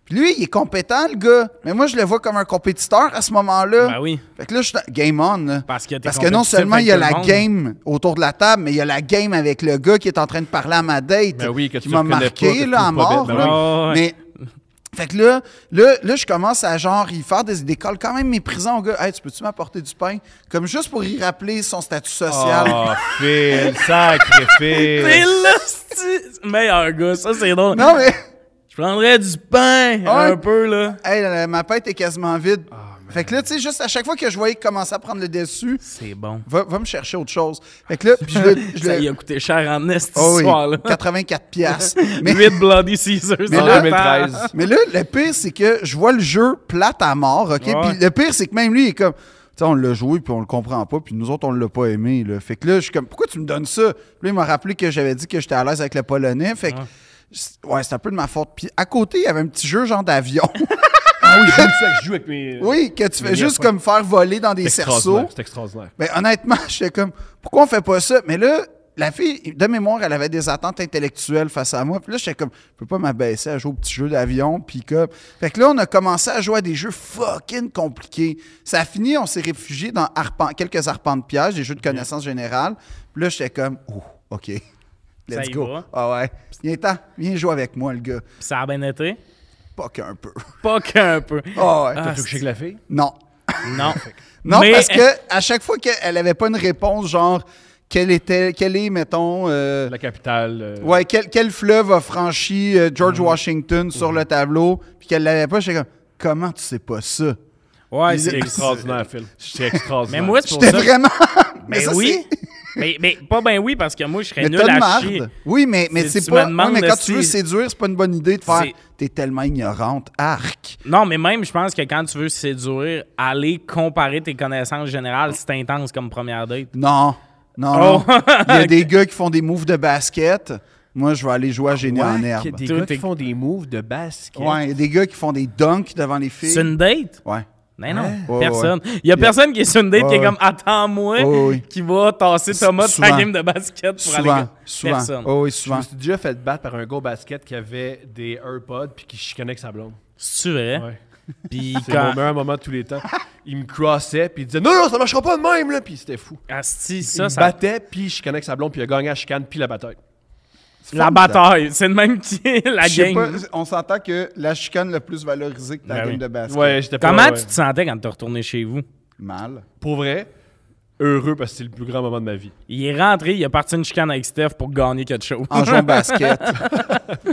S2: Puis lui, il est compétent, le gars. Mais moi, je le vois comme un compétiteur à ce moment-là.
S3: Ben oui.
S2: Fait que là, je suis dans- game on. là.
S3: Parce que t'es
S2: Parce que non
S3: compétitif
S2: seulement il y a
S3: avec
S2: la
S3: tout le monde.
S2: game autour de la table, mais il y a la game avec le gars qui est en train de parler à ma date
S1: Ben oui, que
S2: qui
S1: tu
S2: m'a
S1: reconnais pas, que
S2: marqué
S1: tu
S2: là, à
S1: trouves pas
S2: mort.
S1: belle,
S3: ben
S2: là.
S3: oui.
S2: Mais fait que là, là, là, je commence à genre y faire des, des calls quand même méprisants au gars. Hey, tu peux-tu m'apporter du pain? Comme juste pour y rappeler son statut social.
S1: Oh, Phil, sacré
S3: C'est
S1: Phil.
S3: le sti- meilleur gars, ça c'est
S2: [LAUGHS]
S3: drôle.
S2: Non, mais Ah
S3: Je prendrais du pain un peu là.
S2: hey, la- la- ma pain était quasiment vide.
S1: Ah,
S2: fait que là, tu sais, juste à chaque fois que je voyais qu'il commençait à prendre le dessus,
S3: C'est bon.
S2: va, va me chercher autre chose.
S1: [LAUGHS]
S2: Fait que là, puis je le. je
S3: Ça
S2: le-
S3: y a coûté cher en est
S2: Oh
S3: ce
S2: oui,
S3: soir là.
S2: 84
S1: [LAUGHS]
S2: piastres. [LAUGHS] Mais-
S3: 8 Bloody Caesars
S2: Mais
S1: En
S3: en
S2: là-
S1: 2013.
S2: [LAUGHS] Mais là, le pire, c'est que je vois le jeu plate à mort, OK?
S3: Ouais.
S2: Puis le pire, c'est que même lui, il est comme... Tu sais, on l'a joué, puis on le comprend pas, puis nous autres, on l'a pas aimé, là. Fait que là, je suis comme, pourquoi tu me donnes ça? Puis là, il m'a rappelé que j'avais dit que j'étais à l'aise avec le polonais, fait que... c'est- Ouais, c'est un peu de ma faute. Puis à côté, il y avait un petit jeu genre d'avion. [LAUGHS]
S1: Ah oui, je joue ça, je joue avec mes.
S2: oui, que tu fais
S1: Mais
S2: juste
S1: bien,
S2: comme faire voler dans des
S1: C'est
S2: cerceaux.
S1: extraordinaire. C'est extraordinaire.
S2: Mais Ben, honnêtement, [LAUGHS] j'étais comme, pourquoi on fait pas ça? Mais là, la fille, de mémoire, elle avait des attentes intellectuelles face à moi. Puis là, j'étais comme, je peux pas m'abaisser à jouer au petit jeu d'avion, pick-up. Fait que là, on a commencé à jouer à des jeux fucking compliqués. Ça a fini, on s'est réfugié dans arpent- quelques arpents de piège, des jeux de connaissance générale. Puis là, j'étais comme, oh, OK. [LAUGHS]
S3: Ça
S2: Let's
S3: y
S2: go.
S3: va.
S2: Ah ouais. Viens, temps, viens jouer avec moi, le gars.
S3: Ça a bien été.
S2: Pas qu'un peu. [LAUGHS]
S3: Pas qu'un peu.
S2: Ah ouais.
S1: T'as couché avec la fille?
S2: Non.
S3: Non.
S2: Non,
S3: Mais-
S2: parce que à chaque fois qu'elle avait pas une réponse, genre, quelle était, quelle est, mettons, euh,
S1: La capitale. euh,
S2: ouais, quel, quel fleuve a franchi euh, George
S3: Mhm.
S2: Washington sur le tableau, puis qu'elle l'avait pas, j'étais comme, comment tu sais pas ça?
S3: Ouais,
S1: C'est
S3: c'est
S1: extraordinaire, Phil. C'est extraordinaire.
S3: Mais moi, c'est pour
S2: J'étais
S3: ça. [LAUGHS]
S2: vraiment.
S3: Mais
S2: ça,
S3: Ben oui.
S2: c'est-
S3: [LAUGHS] mais, mais pas ben oui, parce que moi, je serais
S2: Mais
S3: nul
S2: t'as de
S3: à
S2: marde.
S3: chier.
S2: Oui, mais, mais c'est
S3: C'est- tu
S2: pas.
S3: me demandes
S2: ouais, mais quand
S3: si-
S2: tu veux séduire, c'est pas une bonne idée de faire.
S3: C'est-
S2: T'es tellement ignorante. Arc.
S3: Non, mais même, je pense que quand tu veux séduire, aller comparer tes connaissances générales, c'est intense comme première date.
S2: Non. Non.
S3: Oh. [LAUGHS]
S2: non. Il y a des gars qui font des moves de basket. Moi, je vais aller jouer à Génie en
S4: Ouais,
S2: herbe.
S4: qu'il y a des
S3: Tout
S4: gars qui
S3: est-
S4: font des moves de basket.
S2: Ouais, il y a des gars qui font des dunks devant les filles.
S3: C'est une date?
S2: Ouais.
S3: Ben non,
S2: Ouais,
S3: personne. Il y a personne qui est sur une date qui est
S2: Ouais,
S3: comme Attends-moi,
S2: Ouais, ouais.
S3: qui va tasser Thomas de sa
S2: souvent.
S3: game de basket pour aller.
S2: Souvent, souvent.
S3: Personne.
S2: Oh, oui,
S1: Je me
S2: souvent.
S1: suis déjà fait battre par un gars au basket qui avait des AirPods puis qui chicanait avec sa blonde.
S3: C'est vrai.
S1: Ouais.
S3: Puis
S1: C'est mon
S3: quand.
S1: meilleur moment de tous les temps. Il me crossait puis il disait non, non, ça marchera pas de même, là. Puis c'était fou.
S3: Asti,
S1: il
S3: ça,
S1: me
S3: ça.
S1: battait puis je chicanait avec sa blonde puis il a gagné à chicane puis la bataille.
S3: La bataille. C'est le même qui est la
S2: Je sais
S3: game.
S2: pas, on s'entend que la chicane le plus valorisée que ta
S3: Ben
S2: game
S3: oui.
S2: de basket.
S1: Ouais, j'étais pas
S3: Comment
S1: ouais.
S3: tu te sentais quand t'es retourné chez vous?
S2: Mal.
S1: Pour vrai, heureux parce que c'est le plus grand moment de ma vie.
S3: Il est rentré, il a parti une chicane avec Steph pour gagner quelque chose.
S2: [LAUGHS] En jouant au [LAUGHS] basket.
S3: Hostie.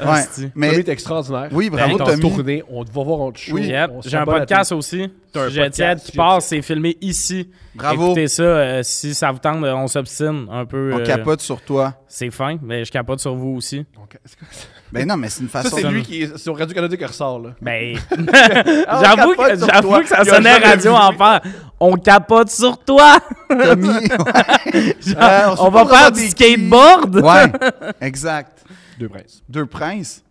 S2: ouais.
S1: Tommy,
S2: Mais
S1: t'es extraordinaire.
S2: oui, bravo
S1: on
S3: Ben,
S1: va
S2: Tommy.
S1: tourner, on te va voir en show.
S2: Oui.
S3: Yep,
S1: on
S3: J'ai un
S1: s'abonne à
S3: podcast aussi.
S1: T'as un
S3: Sujet
S1: podcast,
S3: tiède qui
S1: sujet
S3: passe, c'est filmé ici.
S2: Bravo.
S3: Écoutez ça, euh, si ça vous tente, euh, on s'obstine un peu.
S2: On
S3: euh,
S2: capote sur toi.
S3: C'est fin, mais je capote sur vous aussi.
S1: ton- Donc, c'est quoi ça?
S2: Ben non, mais c'est une
S1: Ça,
S2: façon.
S1: c'est lui qui est sur Radio-Canada qui ressort, là.
S3: [LAUGHS] Ben, j'avoue
S1: Ah, capote
S3: que,
S1: sur
S3: j'avoue
S1: toi.
S3: que ça
S1: Il y a
S3: sonnait
S1: jamais
S3: radio
S1: vu.
S3: enfer. On capote sur toi.
S2: Tommy. [LAUGHS] Ouais.
S3: Genre,
S2: Euh, on sait pas
S3: on va faire
S2: vraiment
S3: du
S2: des qui.
S3: skateboard.
S2: Ouais, exact.
S1: Deux princes.
S2: Deux princes.